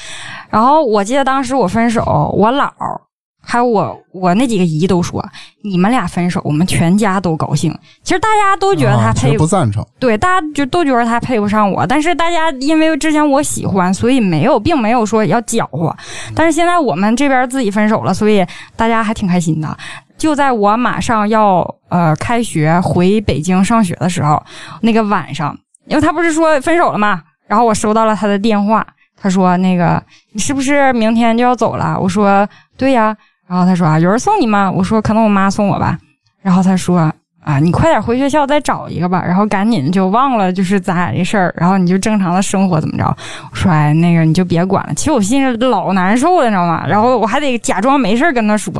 A: 然后我记得当时我分手，我姥儿还有我我那几个姨都说：“你们俩分手，我们全家都高兴。”其实大家都觉得他
D: 啊其
A: 配
D: 实不赞成，
A: 对，大家就都觉得他配不上我，但是大家因为之前我喜欢，所以没有，并没有说要搅和。但是现在我们这边自己分手了，所以大家还挺开心的。就在我马上要呃开学回北京上学的时候，那个晚上，因为他不是说分手了嘛，然后我收到了他的电话，他说那个你是不是明天就要走了？我说对呀，然后他说啊有人送你吗？我说可能我妈送我吧，然后他说啊，你快点回学校再找一个吧，然后赶紧就忘了就是咱俩这事儿，然后你就正常的生活怎么着？我说哎，那个你就别管了。其实我心里老难受了，你知道吗？然后我还得假装没事儿跟他说。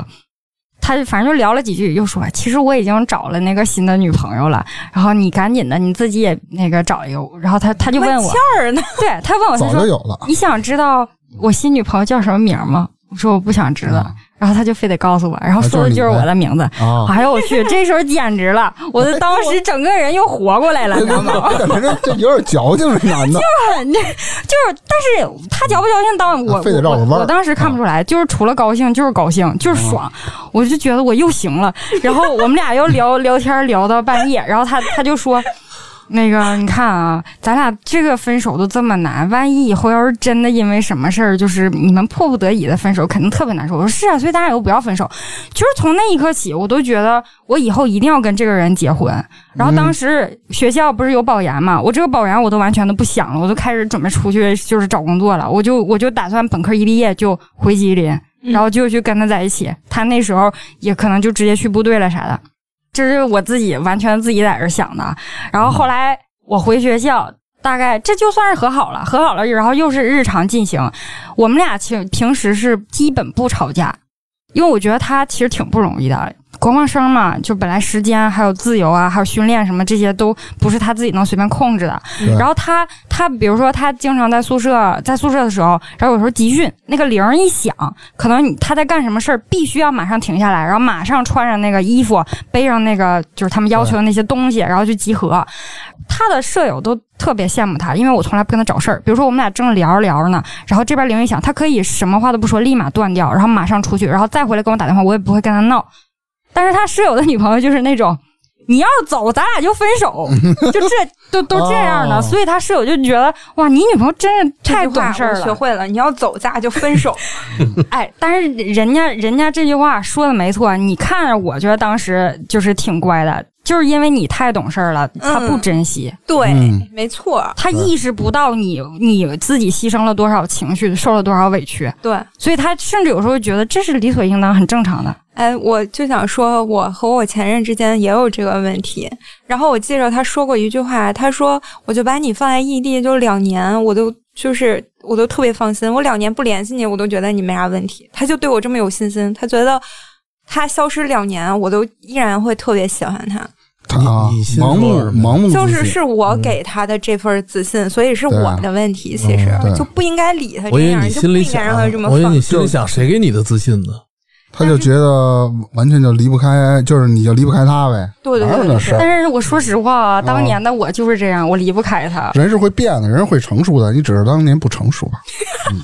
A: 他反正就聊了几句，又说：“其实我已经找了那个新的女朋友了，然后你赶紧的，你自己也那个找一个。”然后他他就问我
E: 欠，儿呢，
A: 对他问我，他
D: 早
A: 说
D: 就有了，
A: 你想知道我新女朋友叫什么名儿吗？我说我不想知道，然后他就非得告诉我，然后
D: 嗯啊
A: 说的
D: 就
A: 就是
D: 是你呗
A: 我的名字。
D: 啊
A: 哎呦我去，这时候简直了，我的当时整个人又活过 来了，你
D: 这
A: 知道吗？
D: 这感觉这这有点矫情，这男的，
A: 很就是，但是他矫不矫情，当我
D: 啊非得绕个
A: 我
D: 弯儿
A: 我当时看不出
D: 啊
A: 来，就是除了高兴就是高兴，就是爽，我就 觉得我又行了。然后我们俩又聊聊天聊到半夜，然后他他就说。那个，你看啊，咱俩这个分手都这么难，万一以后要是真的因为什么事儿，就是你们迫不得已的分手，肯定特别难受。我说是啊，所以大家以后不要分手。就是从那一刻起，我都觉得我以后一定要跟这个人结婚。然后当时学校不是有保研嘛，我这个保研我都完全都不想了，我都开始准备出去就是找工作了。我就我就打算本科一毕业就回吉林，然后就去跟他在一起。他那时候也可能就直接去部队了啥的。这是我自己完全自己在这儿想的。然后后来我回学校，大概这就算是和好了，和好了，然后又是日常进行。我们俩其实平时是基本不吵架，因为我觉得他其实挺不容易的。国贸生嘛，就本来时间还有自由啊，还有训练什么这些都不是他自己能随便控制的。
D: 对
A: 然后他他比如说他经常在宿舍，在宿舍的时候，然后有时候集训那个铃儿一响，可能你他在干什么事儿，必须要马上停下来，然后马上穿上那个衣服，背上那个就是他们要求的那些东西，然后去集合。他的舍友都特别羡慕他，因为我从来不跟他找事儿。比如说我们俩正聊着聊着呢，然后这边铃一响，他可以什么话都不说，立马断掉，然后马上出去，然后再回来跟我打电话，我也不会跟他闹。但是他舍友的女朋友就是那种。你要走，咱俩就分 手，就这都都这样的，
B: 哦
A: 所以他室友就觉得哇，你女朋友真是太
E: 这句话
A: 懂事儿
E: 我学
A: 了。
E: 会了，你要走，咱俩就分 手。
A: 哎，但是人家人家这句话说的没错，你看着我觉得当时就是挺乖的，就是因为你太懂事儿了，他不
E: 嗯
A: 珍惜，
E: 对，
D: 嗯
E: 没错，
A: 他意识不到你你自己牺牲了多少情绪，受了多少委屈，
E: 对。
A: 所以他甚至有时候觉得这是理所应当、很正常的。
E: 哎，我就想说，我和我前任之间也有这个问题。然后我记着他说过一句话，他说：“我就把你放在异地就两年，我都就是我都特别放心，我两年不联系你，我都觉得你没啥问题。”他就对我这么有信心，他觉得他消失两年，我都依然会特别喜欢他。
D: 他啊
B: 你你先
D: 盲目
B: 说什么
D: 盲目自
E: 就是
D: 信嗯
E: 是我给他的这份自信，所以是
D: 对啊
E: 我的问题，其实、
D: 嗯对
E: 就不应该理他
B: 我
E: 这
B: 以为
E: 样，
B: 你
E: 就不
B: 心里
E: 应该
B: 想
E: 让他这么，
B: 我以为
E: 放
B: 你。心里想，谁给你的自信呢？
D: 他就觉得完全就离不开，就是你就离不开他呗。
E: 对对
D: 哪有
E: 对
D: 那
E: 对
D: 事
E: 对
D: 儿
A: 但是我说实话啊，当年的我就是这样，我离不开他。
D: 人是会变的，人是会成熟的，你只是当年不成熟吧？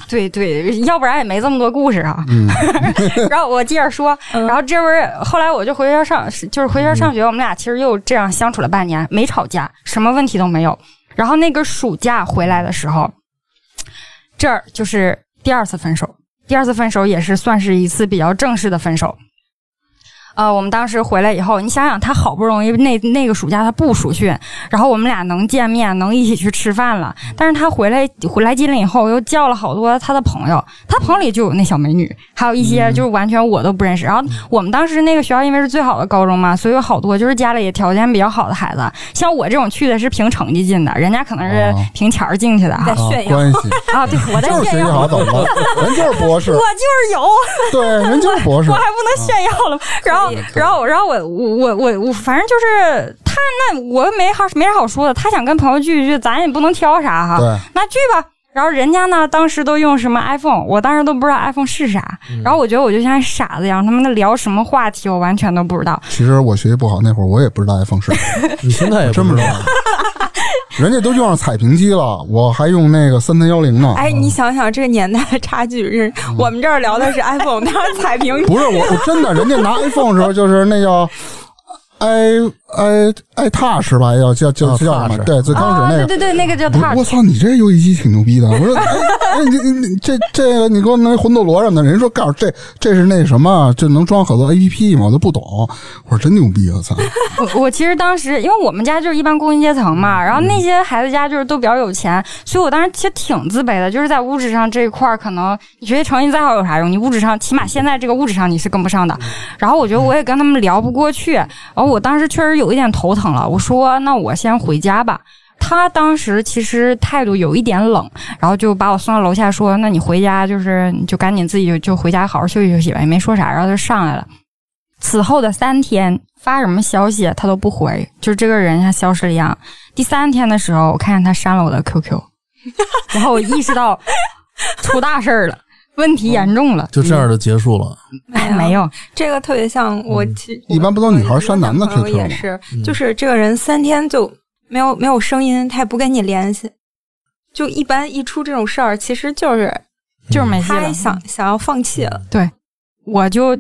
A: 对对，要不然也没这么多故事啊。 然后我接着说，
E: 嗯
A: 然后这不是后来我就回学校上，就是回学校上学，我们俩其实又这样相处了半年，没吵架，什么问题都没有。然后那个暑假回来的时候，这儿就是第二次分手，第二次分手也是算是一次比较正式的分手。呃，我们当时回来以后，你想想，他好不容易那那个暑假他不暑训，然后我们俩能见面，能一起去吃饭了。但是他回来回来吉林以后，又叫了好多他的朋友，他朋友里就有那小美女，还有一些就是完全我都不认识。然后我们当时那个学校因为是最好的高中嘛，所以有好多就是家里条件比较好的孩子，像我这种去的是凭成绩进的，人家可能是
D: 哦
A: 凭钱儿进去的啊
E: 在
D: 啊
E: 炫，耀
D: 关系
A: 啊！对，我在
D: 就
A: 炫
D: 是学习
A: 耀，
D: 好怎么了？人就是博士
A: 我，就是有。
D: 对，人就是博士
A: 我。还不能炫耀了。然后，然后，然后我我我我，反正就是他那我没好没啥好说的，他想跟朋友聚一聚，咱也不能挑啥哈，
D: 对，
A: 那聚吧。然后人家呢，当时都用什么 iPhone，我当时都不知道 iPhone 是啥。
D: 嗯
A: 然后我觉得我就像傻子一样，他们在聊什么话题，我完全都不知道。
D: 其实我学习不好那会儿，我也不知道 iPhone 是什么，
B: 你现在也
D: 真不知道。人家都用上彩屏机了，我还用那个三三幺零呢。
E: 哎，你想想这个年代的 差距是，我们这儿聊的是 iPhone，他是彩屏。
D: 不 是我，我真的，人家拿 iPhone 的时候就是那叫 i i i touch 吧，要叫叫
B: 啊
D: 叫什么？
B: touch
D: 对，最开始那
A: 哦对
D: 个
A: 啊对对，那个叫
D: 不是
A: Touch
D: 我。操，你这游戏机挺牛逼的。我说，哎，哎你你你这这个你给我弄一魂斗罗什么的，人说告诉这这是那什么，就能装好多 A P P 嘛，我都不懂。我说真牛逼， 我操！
A: 我我其实当时，因为我们家就是一般工薪阶层嘛，然后那些孩子家就是都比较有钱，所以我当时其实挺自卑的，就是在物质上这一块儿，可能你学习成绩再好有啥用？你物质上，起码现在这个物质上你是跟不上的。然后我觉得我也跟他们聊不过去，然后我当时确实有一点头疼了，我说那我先回家吧。他当时其实态度有一点冷，然后就把我送到楼下说：“那你回家就是你就赶紧自己就就回家好好休息休息吧。”也没说啥，然后就上来了。此后的三天发什么消息他都不回，就是这个人像消失了一样。第三天的时候，我看见他删了我的 QQ，然后我意识到出大事儿了，问题严重了。
B: 就这样就结束了。
A: 哎，没有，
E: 这个特别像我其实
D: 一般不都女孩删男的
E: 我男朋
D: QQ
E: 友也
D: 吗
E: 是，就是这个人三天就没有没有声音，他也不跟你联系。就一般一出这种事儿， 其实就是
B: 嗯
A: 就是没戏
E: 他
A: 了。
E: 想想要放弃了。
A: 我就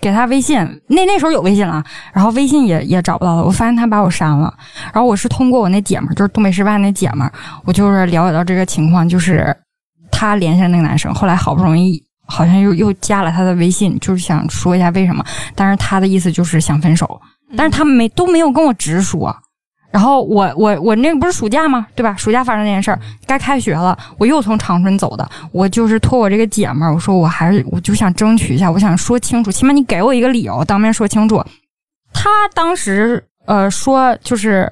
A: 给他微信，那那时候有微信了，然后微信也也找不到了，我发现他把我删了，然后我是通过我那姐们儿，就是东北师范那姐们儿，我就是了解到这个情况，就是他联系了那个男生，后来好不容易好像又又加了他的微信，就是想说一下为什么，但是他的意思就是想分手，但是他们没都没有跟我直说。然后我我我那个不是暑假吗？对吧？暑假发生那件事儿，该开学了，我又从长春走的。我就是托我这个姐们儿，我说我还是我就想争取一下，我想说清楚，起码你给我一个理由，当面说清楚。他当时呃说就是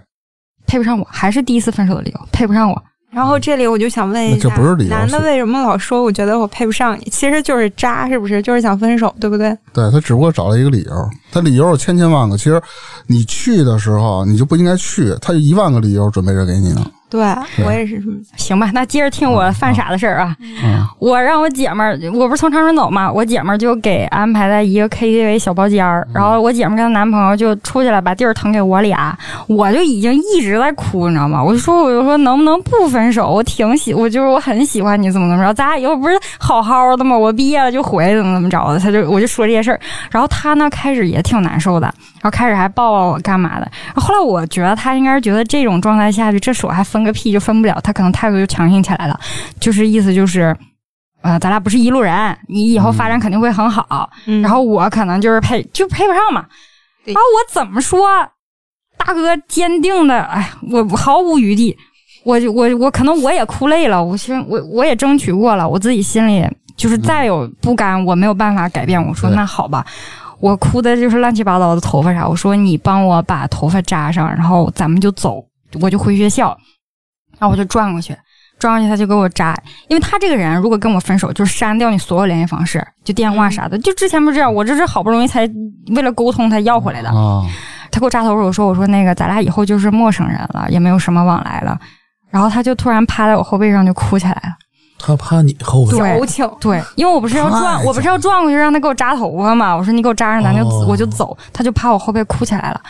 A: 配不上我，还是第一次分手的理由，配不上我。
E: 然后这里我就想问一
B: 那
E: 下，
B: 这不是理由
E: 男的
B: 是
E: 为什么老说我觉得我配不上你？其实就是渣，是不是？就是想分手，对不对？
D: 对他只不过找了一个理由，他理由有千千万个。其实你去的时候，你就不应该去，他有一万个理由准备着给你呢。
E: 对
D: 对
E: 我也是这么想。
A: 行吧，那接着听我犯傻的事儿啊！
D: 嗯
A: 我让我姐们儿，我不是从长春走嘛，我姐们儿就给安排在一个 KTV 小包间儿，然后我姐们儿跟她男朋友就出去了，把地儿腾给我俩，我就已经一直在哭，你知道吗？我就说，我就说能不能不分手？我挺喜，我就是我很喜欢你，怎么怎么着？咱俩以后不是好好的吗？我毕业了就回来，怎么怎么着的？他就我就说这些事儿，然后他呢开始也挺难受的，然后开始还抱抱我干嘛的，后来我觉得他应该是觉得这种状态下去，这手还分个屁就分不了，他可能态度就强硬起来了，就是意思就是，呃，咱俩不是一路人，你以后发展肯定会很好，
E: 嗯
A: 然后我可能就是配就配不上嘛，
E: 对
A: 然后我怎么说，大哥坚定的，哎，我我毫无余地，我就我我可能我也哭累了，我心我我也争取过了，我自己心里就是再有不甘，我没有办法改变，我说
B: 对
A: 那好吧，我哭的就是乱七八糟的头发啥。我说你帮我把头发扎上，然后咱们就走，我就回学校。然后我就转过去，转过去他就给我扎，因为他这个人如果跟我分手，就是删掉你所有联系方式，就电话啥的。就之前不是这样，我这是好不容易才为了沟通才要回来的。
D: 啊，
A: 他给我扎头发，我说我说那个咱俩以后就是陌生人了，也没有什么往来了。然后他就突然趴在我后背上就哭起来了。
B: 他趴你后
A: 对
B: 背，
E: 矫情，
A: 对，因为我不是要转，
D: 太
A: 我不是要转过去让他给我扎头发嘛。我说你给我扎上，咱就、
B: 哦
A: 我就走。他就趴我后背哭起来了。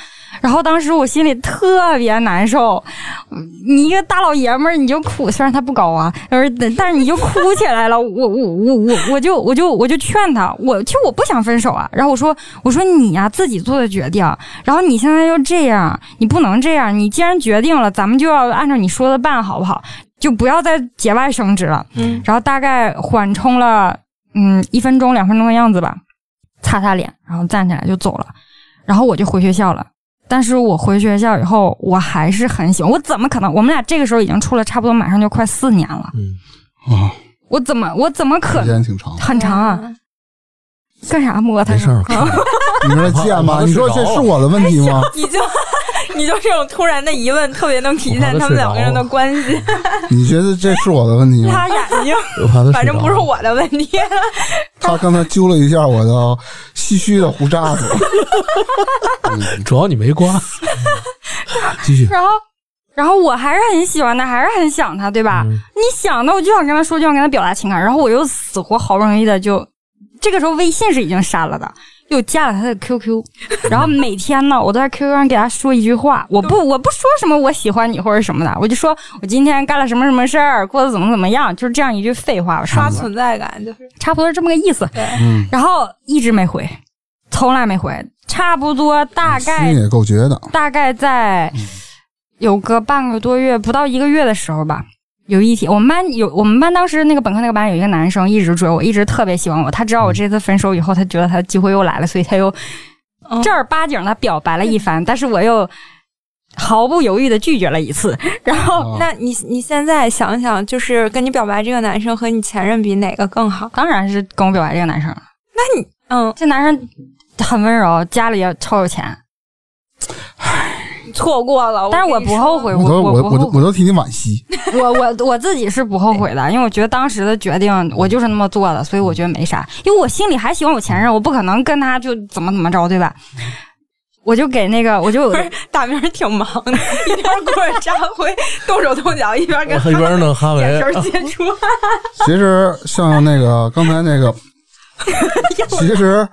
A: 然后当时我心里特别难受，嗯你一个大老爷们儿你就哭，虽然他不高啊，但是但是你就哭起来了。我我我我我就我就我就劝他，我其实我不想分手啊。然后我说我说你呀、自己做的决定，然后你现在又这样，你不能这样。你既然决定了，咱们就要按照你说的办，好不好？就不要再节外生枝了。
E: 嗯，
A: 然后大概缓冲了嗯一分钟两分钟的样子吧，擦擦脸，然后站起来就走了，然后我就回学校了。但是我回学校以后，我还是很喜欢。我怎么可能？我们俩这个时候已经处了差不多马上就快四年了，
B: 嗯，
D: 啊，
A: 我怎么我怎么可。
D: 时间挺长
A: 很长啊？干啥摸他
B: 没
A: 呀？
B: 事 儿，
D: 你说贱
B: 我怕
D: 吗？
B: 他
D: 你说
B: 睡
D: 这
B: 着
D: 是我的问题吗？
E: 你就 你就这种突然的疑问，特别能体
B: 我怕他
E: 现他们两个人的
B: 睡着了
E: 关系。
D: 你觉得这是我的问
B: 嗯
D: 题吗？
E: 他眼睛，
B: 我怕他睡着
E: 反正不是我的问题。
D: 他刚才揪了一下我的唏嘘的胡渣 子。
B: 主要你没 刮。继续，
A: 然后，然后我还是很喜欢他，还是很想他，对吧？
B: 嗯
A: 你想的，我就想跟他说，就想跟他表达情感，然后我又死活好不容易的就，这个时候微信是已经删了的，又加了他的 QQ，然后每天呢，我都在 QQ 上给他说一句话，我不我不说什么我喜欢你或者什么的，我就说我今天干了什么什么事儿，过得怎么怎么样，就是这样一句废话，我
E: 刷
A: 刷
E: 存在感就是
A: 差不多是这么个意思，
D: 嗯，
A: 然后一直没回，从来没回，差不多大概
D: 心也够绝的。
A: 大概在有个半个多月，不到一个月的时候吧。有一天，我们班有我们班当时那个本科那个班有一个男生一直追我，一直特别喜欢我。他知道我这次分手以后，他觉得他的机会又来了，所以他又
E: 嗯
A: 正儿八经的表白了一番，但是我又毫不犹豫的拒绝了一次。然后
D: 啊
E: 那你你现在想想，就是跟你表白这个男生和你前任比，哪个更好？
A: 当然是跟我表白这个男生了，
E: 嗯，
A: 这男生很温柔，家里也超有钱，
E: 错过了，
A: 但是我
E: 跟你
A: 不
E: 说
A: 后悔，
D: 我都
A: 我
D: 我
A: 不
D: 我
A: 后
D: 都
A: 悔。
D: 我都替你惋惜。
A: 我我我自己是不后悔的，因为我觉得当时的决定我就是那么做的，所以我觉得没啥。因为我心里还喜欢我前任，我不可能跟他就怎么怎么着，对吧？我就给那个，我就
E: 不是大明儿挺忙的， 一边给我扎灰，动手动脚，一边跟
B: 我一边弄哈维
E: 眼
D: 哎
E: 神接 触。
D: 其实像那个刚才那 个，其实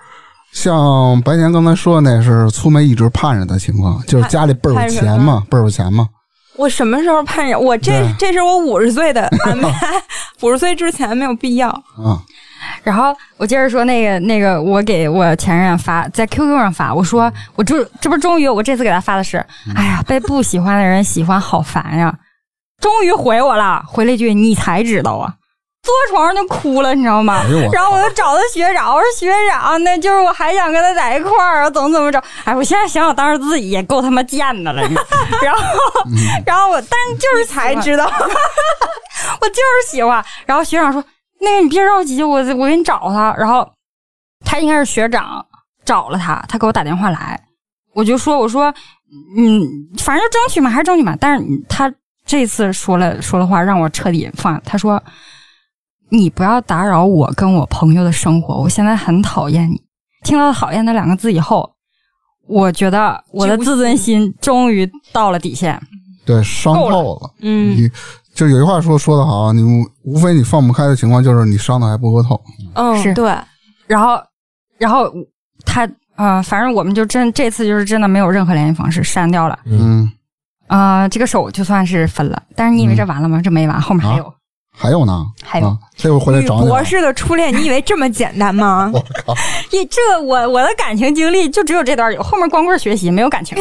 D: 像白天刚才说的那是粗梅一直盼着的情况，就是家里倍儿有钱嘛，倍儿有钱嘛。
E: 我什么时候盼着？我这
D: 对
E: 这是我五十岁的安排，五十岁之前没有必要。
D: 啊，
A: 然后我接着说那个那个，我给我前任发在 QQ 上发，我说我这这不是终于我这次给他发的是，哎呀，被不喜欢的人喜欢好烦呀。终于回我了，回了一句你才知道啊，坐床上就哭了，你知道吗？
B: 哎呦我
A: 然后我就找他学长，我说学长，那就是我还想跟他在一块儿，怎么怎么着？哎，我现在想想，当时自己也够他妈贱的了。你然后，然后我，但是就是才知道， 我就是喜欢。然后学长说：“那个你别着急，我我给你找他。”然后他应该是学长找了他，他给我打电话来，我就说：“我说，嗯，反正就争取嘛，还是争取嘛。”但是你他这次说了说的话让我彻底放下，他说。你不要打扰我跟我朋友的生活，我现在很讨厌你。听到“讨厌”那两个字以后，我觉得我的自尊心终于到了底线。
D: 对，伤透了。
E: 嗯
D: 你就有句话说说的好，你无非你放不开的情况就是你伤的还不够透。
E: 嗯，
A: 是
E: 对，
A: 然后，然后他啊、呃反正我们就真这次就是真的没有任何联系方式，删掉了。
D: 嗯，
A: 啊、这个手就算是分了。但是你以为这完了吗？这没完，后面还有。
D: 还有呢，
A: 还有
D: 啊、这回回来
E: 女
D: 找你
E: 博
D: 了，
E: 士的初恋，你以为这么简 单吗？
A: 咦、这我我的感情经历就只有这段有，后面光棍学习没有感情。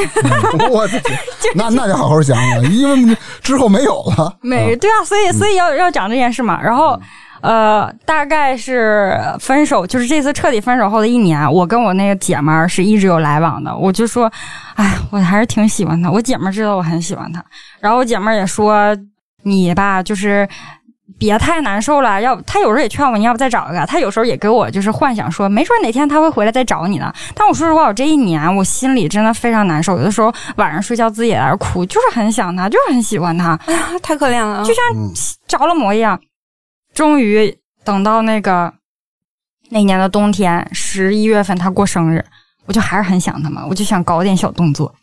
D: 嗯我的天，那那得好好想想，因为之后没有了。
A: 没对啊，所以所以要要讲这件事嘛。然后呃，大概是分手，就是这次彻底分手后的一年，我跟我那个姐们儿是一直有来往的。我就说，哎，我还是挺喜欢她。我姐们儿知道我很喜欢她，然后我姐们儿也说你吧，就是。别太难受了，要她有时候也劝我，你要不再找一个。她有时候也给我就是幻想说，没准哪天她会回来再找你呢。但我说实话，我这一年我心里真的非常难受，有的时候晚上睡觉自己也在那儿哭，就是很想她，就是很喜欢她。
E: 啊太可怜了，
A: 就像
D: 嗯
A: 着了魔一样。终于等到那个那年的冬天，十一月份他过生日，我就还是很想他嘛，我就想搞点小动作。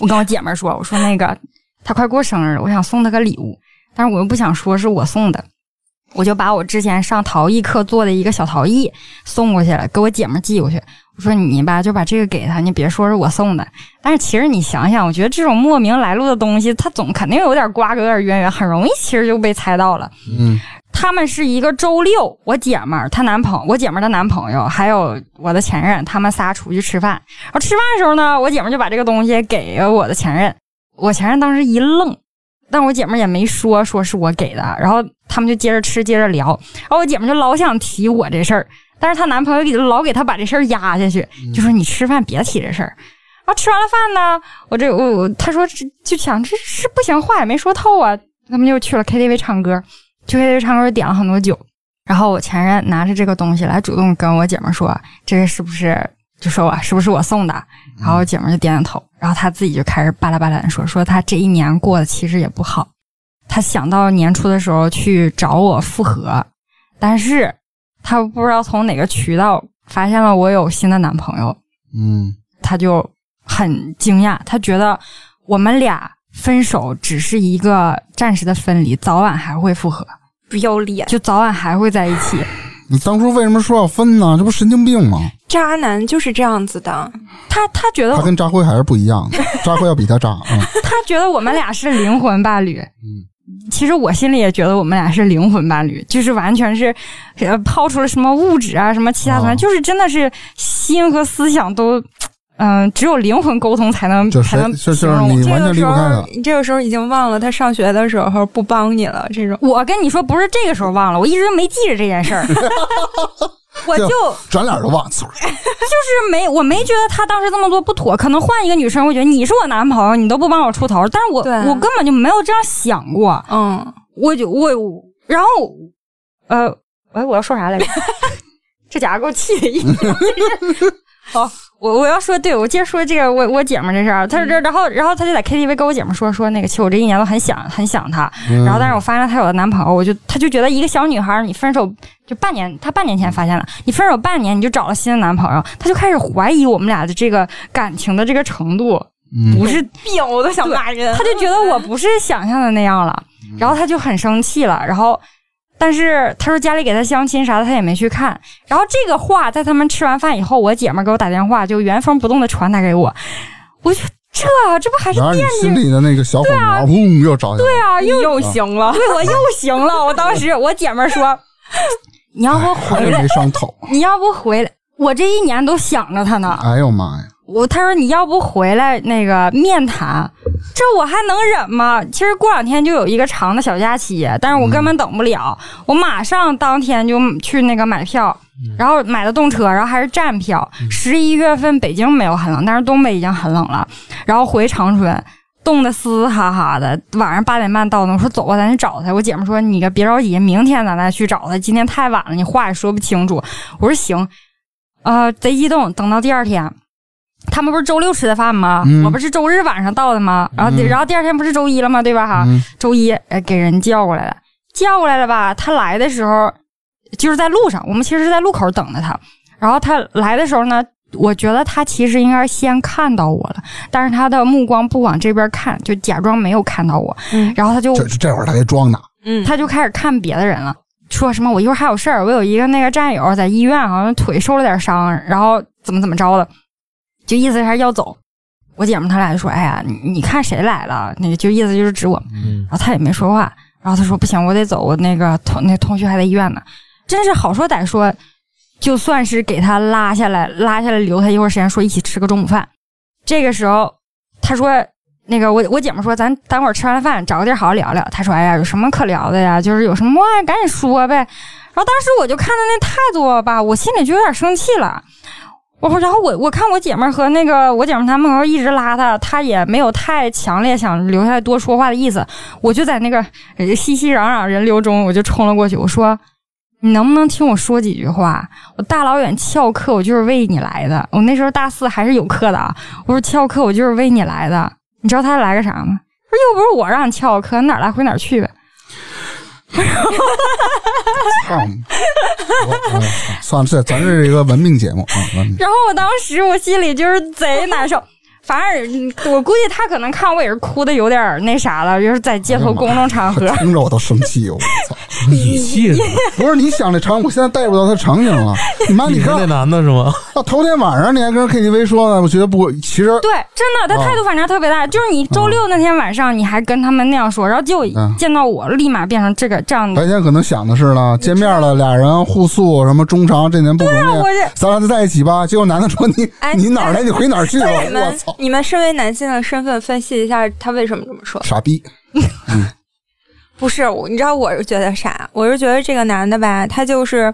A: 我跟我姐们儿说，我说那个他快过生日了，我想送他个礼物，但是我又不想说是我送的。我就把我之前上陶艺课做的一个小陶艺送过去了，给我姐们儿寄过去。我说你吧，就把这个给他，你别说是我送的。但是其实你想想，我觉得这种莫名来路的东西，它总肯定有点瓜葛，有点渊源，很容易其实就被猜到了。
D: 嗯，
A: 他们是一个周六，我姐们儿她男朋我姐们儿的男朋友，还有我的前任，他们仨出去吃饭。然后吃饭的时候呢，我姐们儿就把这个东西给我的前任，我前任当时一愣，但我姐们儿也没说说是我给的。然后他们就接着吃，接着聊。然后我姐们儿就老想提我这事儿，但是她男朋友给老给她把这事儿压下去，就说你吃饭别提这事儿。然后啊吃完了饭呢，我这我我她说这就想这是不行，话也没说透啊。他们就去了 KTV 唱歌，去 KTV 唱歌点了很多酒。然后我前任拿着这个东西来主动跟我姐们儿说：“这个是不是？”就说我是不是我送的？然后我姐们儿就点点头，然后她自己就开始巴拉巴拉地说：“说她这一年过得其实也不好，她想到年初的时候去找我复合，但是她不知道从哪个渠道发现了我有新的男朋友，
D: 嗯，
A: 她就很惊讶，她觉得我们俩分手只是一个暂时的分离，早晚还会复合，
E: 不要脸，
A: 就早晚还会在一起。
D: 你当初为什么说要分呢？这不神经病吗？
E: 渣男就是这样子的。
A: 她她觉得
D: 嗯他跟渣辉还是不一样 的，渣辉要比他渣啊、
A: 他觉得我们俩是灵魂伴侣。
D: 嗯
A: 其实我心里也觉得我们俩是灵魂伴侣，就是完全是，呃，抛除了什么物质啊，什么其他东西，
D: 哦
A: 就是真的是心和思想都，嗯、只有灵魂沟通才能
D: 就
A: 才
D: 谁
A: 能
D: 就
A: 形
D: 就是
A: 容我。
D: 你
E: 这
D: 完全
E: 个
D: 离
E: 时
D: 不开
E: 候
D: 他，，
E: 你这个时候已经忘了他上学的时候不帮你了， 这种
A: 我跟你说，不是这个时候忘了，我一直都没记着这件事儿，我就
D: 转脸就忘了。
A: 就是没，我没觉得他当时这么做不妥，可能换一个女生，我觉得你是我男朋友，你都不帮我出头，但是我
E: 对啊
A: 我根本就没有这样想过。
E: 嗯，
A: 我就我然后呃，哎，我要说啥来着？这家伙给我气的一秒。好，我我要说，对我接着说这个我我姐们儿这事儿，她说这，然后然后她就在 KTV 跟我姐们儿说说那个，其实我这一年都很想很想她，
D: 嗯
A: 然后但是我发现她有了男朋友，我就她就觉得一个小女孩儿，你分手就半年，她半年前发现了，你分手半年你就找了新的男朋友，她就开始怀疑我们俩的这个感情的这个程度，
D: 嗯
A: 不是
E: 病我都想骂人
A: 他就觉得我不是想象的那样了，然后他就很生气了，然后。但是他说家里给他相亲啥的，他也没去看。然后这个话在他们吃完饭以后，我姐们儿给我打电话，就原封不动的传达给我。我就这这不还是
D: 然而你心里的那个小火
A: 啊
D: 苗，嗡又着起来了。
A: 对啊，又
E: 又行了，
A: 对我又行了。我当时我姐们儿说，你要不
D: 哎还
A: 回
D: 是
A: 来
D: 没，上头。
A: 你要不回来，我这一年都想着他呢。
D: 哎呦妈呀！
A: 我他说你要不回来那个面谈，这我还能忍吗？其实过两天就有一个长的小假期，但是我根本等不了，我马上当天就去那个买票，然后买的动车，然后还是站票。十一月份北京没有很冷，但是东北已经很冷了，然后回长春。冻得嘶嘶哈哈的，晚上八点半到那，我说走吧，咱去找他。我姐们说你个别着急，明天咱再去找他，今天太晚了，你话也说不清楚。我说行，呃，贼激动。等到第二天，他们不是周六吃的饭吗？
D: 嗯
A: 我不是周日晚上到的吗？然后，
D: 嗯
A: 然后第二天不是周一了吗？对吧？哈，
D: 嗯
A: 周一呃给人叫过来了，叫过来了吧？他来的时候就是在路上，我们其实是在路口等着他。然后他来的时候呢，我觉得他其实应该先看到我了，但是他的目光不往这边看，就假装没有看到我。
E: 嗯
A: 然后他就
D: 这这会儿他还 装呢，
E: 嗯，
A: 他就开始看别的人了，说什么我一会儿还有事儿，我有一个那个战友在医院好像腿受了点伤，然后怎么怎么着的，就意思是要走。我姐们她俩就说：“哎呀，你你看谁来了？那个就意思就是指我们。”
B: 嗯，
A: 然后他也没说话，然后他说：“不行，我得走，我那个同那同学还在医院呢。”真是好说歹说，就算是给他拉下来，拉下来留他一会儿时间，说一起吃个中午饭。这个时候，他说：“那个我我姐们说，咱待会儿吃完了饭找个地儿好好聊聊。”他说：“哎呀，有什么可聊的呀？就是有什么话赶紧说呗。”然后当时我就看他那态度吧，我心里就有点生气了。我然后我我看我姐们儿和那个我姐们儿她们好像一直拉他，他也没有太强烈想留下来多说话的意思。我就在那个呃熙熙攘攘人流中，我就冲了过去，我说：“你能不能听我说几句话？我大老远翘课，我就是为你来的。我那时候大四还是有课的啊。我说翘课，我就是为你来的。你知道他来个啥吗？说又不是我让你翘课，你哪来回哪去呗。
D: 操！嗯我哎算了，这咱这是一个文明节目啊，文明。
A: 然后我当时我心里就是贼难受。反正我估计他可能看我也是哭的有点儿那啥了，就是在街头公众场合，
D: 听着我都生气，我操！
B: 你气死
D: 不是你想的场景，我现在带入到他场景 了。你妈，
B: 你
D: 你
B: 是
D: 看
B: 那男的是吗？
D: 到头天晚上你还跟 KTV 说呢，我觉得不，其实
A: 对，真的，他态度反差特别大。就是你周六那天晚上，你还跟他们那样说，然后结果
D: 嗯哎
A: 见到我，立马变成这个这样的。
D: 白天可能想的是呢，见面了，俩人互诉什么衷肠，这年不容
A: 啊我
D: 易，啊
A: 这
D: 咱俩就在一起吧。结果男的说你
E: 哎
D: 你哪儿来，你回哪儿去吧。啊
E: 你
D: 我
E: 们
D: 操，
E: 你们身为男性的身份分析一下，他为什么这么说？
D: 傻逼！
E: 不是我，你知道我是觉得啥？我是觉得这个男的吧，他就是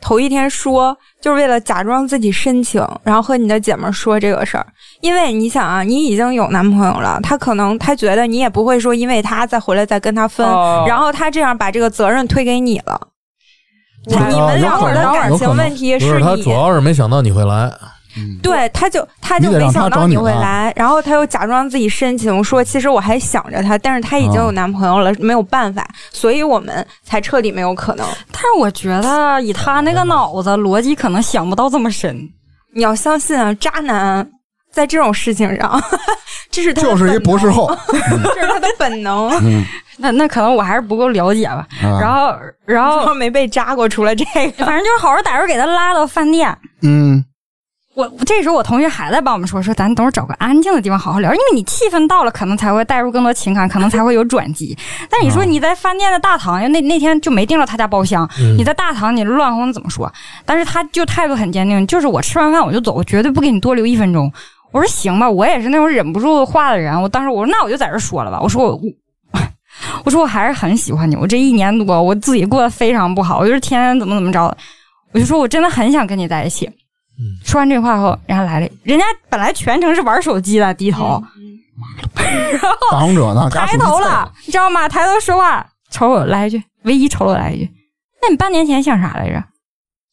E: 头一天说，就是为了假装自己深情，然后和你的姐们儿说这个事儿。因为你想啊，你已经有男朋友了，他可能他觉得你也不会说，因为他再回来再跟他分，
A: 哦
E: 然后他这样把这个责任推给你了。
A: 我
B: 啊
E: 你们两会儿的感情问题
B: 不
E: 是
B: 是，他
E: 你
B: 主要是没想到你会来，
E: 对，他就他就
D: 你得
E: 没
D: 让
E: 想
D: 他
E: 到
D: 找
E: 你
D: 你
E: 会
D: 来
E: 来，然后他又假装自己深情说，其实我还想着他，但是他已经有
D: 啊
E: 男朋友了，没有办法，所以我们才彻底没有可能。
A: 但是我觉得以他那个脑子逻辑，可能想不到这么深。
E: 你要相信啊，渣男在这种事情上，这是他的
D: 就是一
E: 本
D: 博士
E: 能，
D: 后，
E: 这是他的本 能，
D: 嗯，
A: 那那可能我还是不够了解吧。然
D: 然
A: 后，然
E: 然
A: 后
E: 后没被渣过，除了这 个。
A: 反正就是好好歹着给他拉到饭店。
D: 嗯，
A: 我这时候我同学还在帮我们说说，咱等会儿找个安静的地方好好聊，因为你气氛到了，可能才会带入更多情感，可能才会有转机。但你说你在饭店的大堂，因为那那天就没订到他家包厢，你在大堂你乱哄怎么说？但是他就态度很坚定，就是我吃完饭我就走，我绝对不给你多留一分钟。我说行吧，我也是那种忍不住话的人，我当时我说那我就在这儿说了吧，我说我 我。我说我还是很喜欢你，我这一年多我自己过得非常不好，我就是天天怎么怎么着的，我就说我真的很想跟你在一起，说完这话后，人家来了，人家本来全程是玩手机的，低头、
D: 嗯打工者呢，
A: 抬头了，你知道吗？抬头说话，瞅我来一句，唯一瞅了我来一句，那你半年前想啥来着？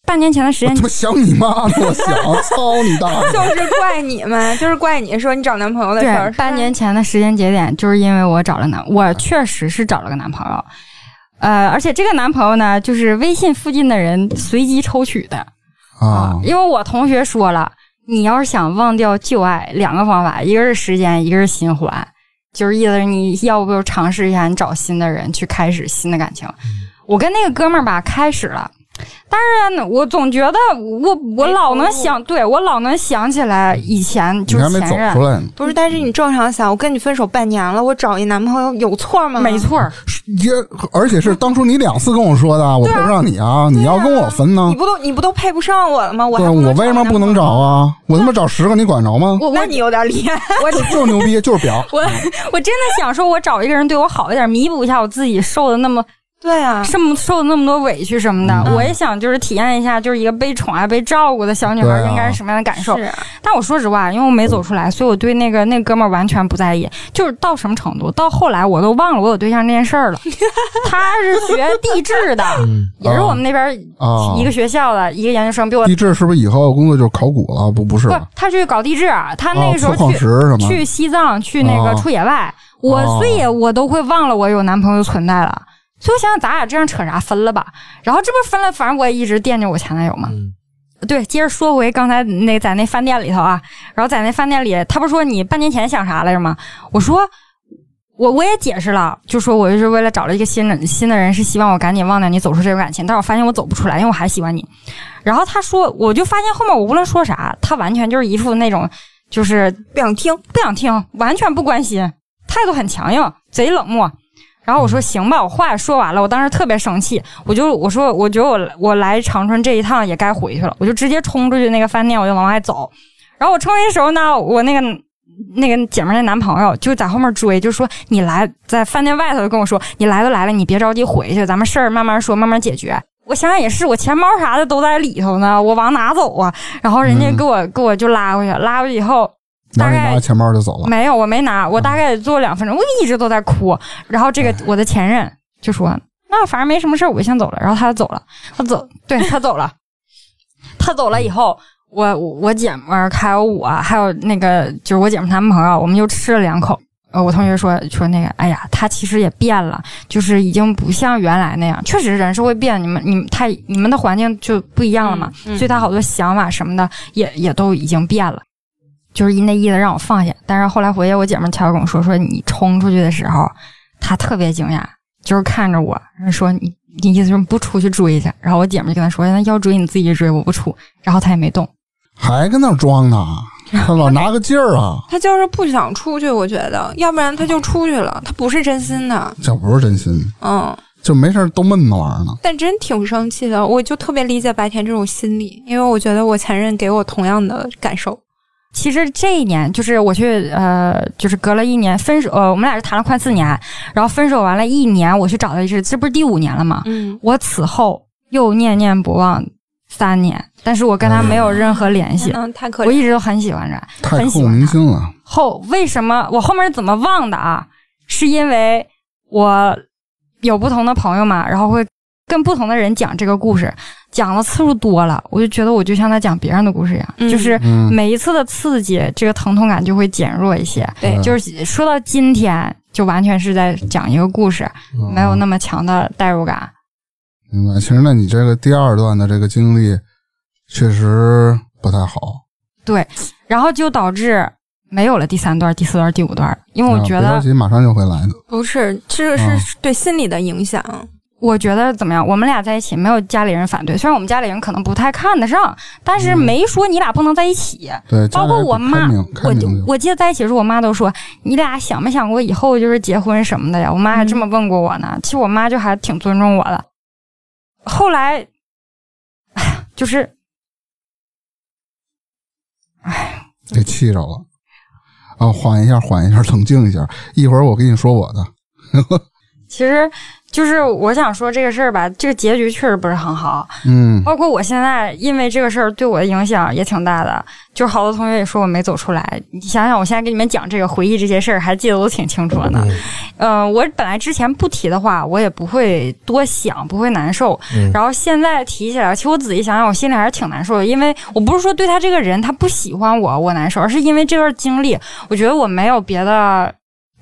A: 半年前的时
D: 我
A: 间
D: 他妈想你妈呢！我想， 操你大爷！
E: 就是怪你们，就是怪你说你找男朋友的事
A: 对
E: 儿。，
A: 半年前的时间节点，就是因为我找了男，
D: 嗯
A: 我确实是找了个男朋友，呃，而且这个男朋友呢，就是微信附近的人随机抽取的，
D: 啊，
A: 因为我同学说了，你要是想忘掉旧爱，两个方法，一个是时间，一个是新欢，就是意思是你要不就
D: 嗯
A: 尝试一下，你找新的人去开始新的感情。我跟那个哥们儿吧，开始了，但是我总觉得我我老能想，对我老能想起来以前
D: 哦你
A: 就
D: 还
A: 是
D: 没走
A: 前任
D: 出，来呢。
E: 不是，但是你正常想，我跟你分手半年了，我找一男朋友有错吗？
A: 没，错儿，
D: 也而且是当初你两次跟我说的啊，我配不上你啊，你要跟我分呢
E: 你？不都你不都配不上我了吗？我
D: 对，啊
E: 还不能
D: 我为什么不能找啊？我他妈找十个，你管着吗？
A: 我
E: 那
A: 我
E: 你有点厉害。
A: 我
D: 就就是牛逼，就是婊。
A: 我我真的想说，我找一个人对我好一点，弥补一下我自己受的那么
E: 对啊，
A: 这么受的那么多委屈什么的。
D: 嗯
A: 我也想就是体验一下，就是一个被宠啊爱、被照顾的小女
D: 对
A: 孩
D: 啊
A: 应该是什么样的感受。
E: 是啊
A: 但我说实话，因为我没走出来，所以我对那个那哥们儿完全不在意。就是到什么程度，到后来我都忘了我有对象这件事 儿了。他是学地质的，
B: 嗯
A: 也是我们那边
D: 啊
A: 一个学校的、一个研究生，比我
D: 地质是不是以后工作就是考古了？不，不是
A: 不
D: 吧，
A: 他去搞地质，他那
D: 啊，
A: 个时
D: 出
A: 候
D: 矿
A: 去、
D: 石什么？
A: 去西藏，去那
D: 哦
A: 个出野外，我
D: 哦
A: 所以我都会忘了我有男朋友存在了。所以我想想，咱俩这样扯啥分了吧？然后这不分了，反正我也一直惦记我前男友嘛。
B: 嗯
A: 对，接着说回刚才那在那饭店里头啊，然后在那饭店里，他不是说你半年前想啥来着吗？我说我我也解释了，就说我就是为了找了一个新的新的人，是希望我赶紧忘掉你，走出这种感情。但是我发现我走不出来，因为我还喜欢你。然后他说，我就发现后面我无论说啥，他完全就是一副那种就是
E: 不想听，
A: 不想听，完全不关心，态度很强硬，贼冷漠。然后我说行吧，我话也说完了，我当时特别生气，我就我说我觉得我我来长春这一趟也该回去了，我就直接冲出去那个饭店，我就往外走。然后我冲的时候呢，我那个那个姐们儿的男朋友就在后面追，就说你来在饭店外头就跟我说，你来都来了，你别着急回去，咱们事儿慢慢说，慢慢解决。我想想也是，我钱包啥的都在里头呢，我往哪走啊？然后人家给我、给我就拉回去，拉回去以后，
D: 然
A: 大
D: 后你
A: 概
D: 拿着钱包就走了。
A: 没有，我没拿，我大概坐了两分钟，我一直都在哭。然后这个我的前任就说：“那反正没什么事儿，我就先走了。”然后他就走了，他走，对他走了，他走了以
E: 嗯
A: 后，我我我姐们儿还有我，还有那个就是我姐们儿她男朋友，我们就吃了两口。呃，我同学说说那个，哎呀，他其实也变了，就是已经不像原来那样。确实人是会变，你们你们他你们的环境就不一样了嘛，
E: 嗯嗯
A: 所以他好多想法什么的也也都已经变了。就是因那意思让我放下，但是后来回去，我姐们儿悄悄跟我说，说你冲出去的时候，她特别惊讶，就是看着我说你你意思是不出去追去？然后我姐们儿就跟她说，那要追你自己追，我不出。然后她也没动。
D: 还跟那儿装呢，他老拿个劲儿啊，
E: 他就是不想出去，我觉得，要不然他就出去了，他不是真心的，
D: 这不是真心，
E: 嗯。
D: 就没事儿逗闷那玩意儿呢。
E: 但真挺生气的，我就特别理解白天这种心理，因为我觉得我前任给我同样的感受。
A: 其实这一年就是我去呃，就是隔了一年分手，呃，我们俩是谈了快四年，然后分手完了一年，我去找他一次，这不是第五年了吗？
E: 嗯，
A: 我此后又念念不忘三年，但是我跟他没有任何联系，
E: 嗯，太可
A: 我
E: 怜。
A: 一直都很喜欢他，
D: 太
A: 很
D: 刻
A: 喜
D: 骨
A: 欢
D: 铭
A: 他。
D: 心了，
A: 后为什么我后面是怎么忘的啊？是因为我有不同的朋友嘛，然后会跟不同的人讲这个故事，讲的次数多了，我就觉得我就像在讲别人的故事一样，
E: 嗯
A: 就是
D: 嗯
A: 每一次的刺激，这个疼痛感就会减弱一些。
E: 对，
A: 就是说到今天，就完全是在讲一个故事，
D: 哦
A: 没有那么强的代入感。
D: 明白。其实那你这个第二段的这个经历确实不太好，
A: 对，然后就导致没有了第三段、第四段、第五段，因为我
D: 啊
A: 觉
D: 别
A: 得、
D: 着急，马上就会来的。
E: 不是，这个
D: 嗯
E: 是对心理的影响。
A: 我觉得怎么样？我们俩在一起没有家里人反对，虽然我们家里人可能不太看得上，但是没说你俩不能在一起。
D: 对，
A: 包括我妈
D: 家里还，嗯不开
A: 我
D: 明开
A: 就
D: 明就
A: 我记得在一起的时候，我妈都说你俩想没想过以后就是结婚什么的呀？我妈还这
D: 嗯
A: 么问过我呢。其实我妈就还挺尊重我的。 后来，哎呀，就是
D: 给
A: 嗯
D: 气着了。啊，缓一下，缓一下，冷静一下。一会儿我跟你说我的，
A: 其实就是我想说这个事儿吧，这个结局确实不是很好。
D: 嗯，
A: 包括我现在，因为这个事儿对我的影响也挺大的，就是好多同学也说我没走出来。你想想，我现在跟你们讲这个回忆这些事儿，还记得都挺清楚的呢。嗯、我本来之前不提的话，我也不会多想，不会难受。
B: 嗯
A: 然后现在提起来，其实我仔细想想，我心里还是挺难受的，因为我不是说对他这个人他不喜欢我我难受，而是因为这段经历，我觉得我没有别的。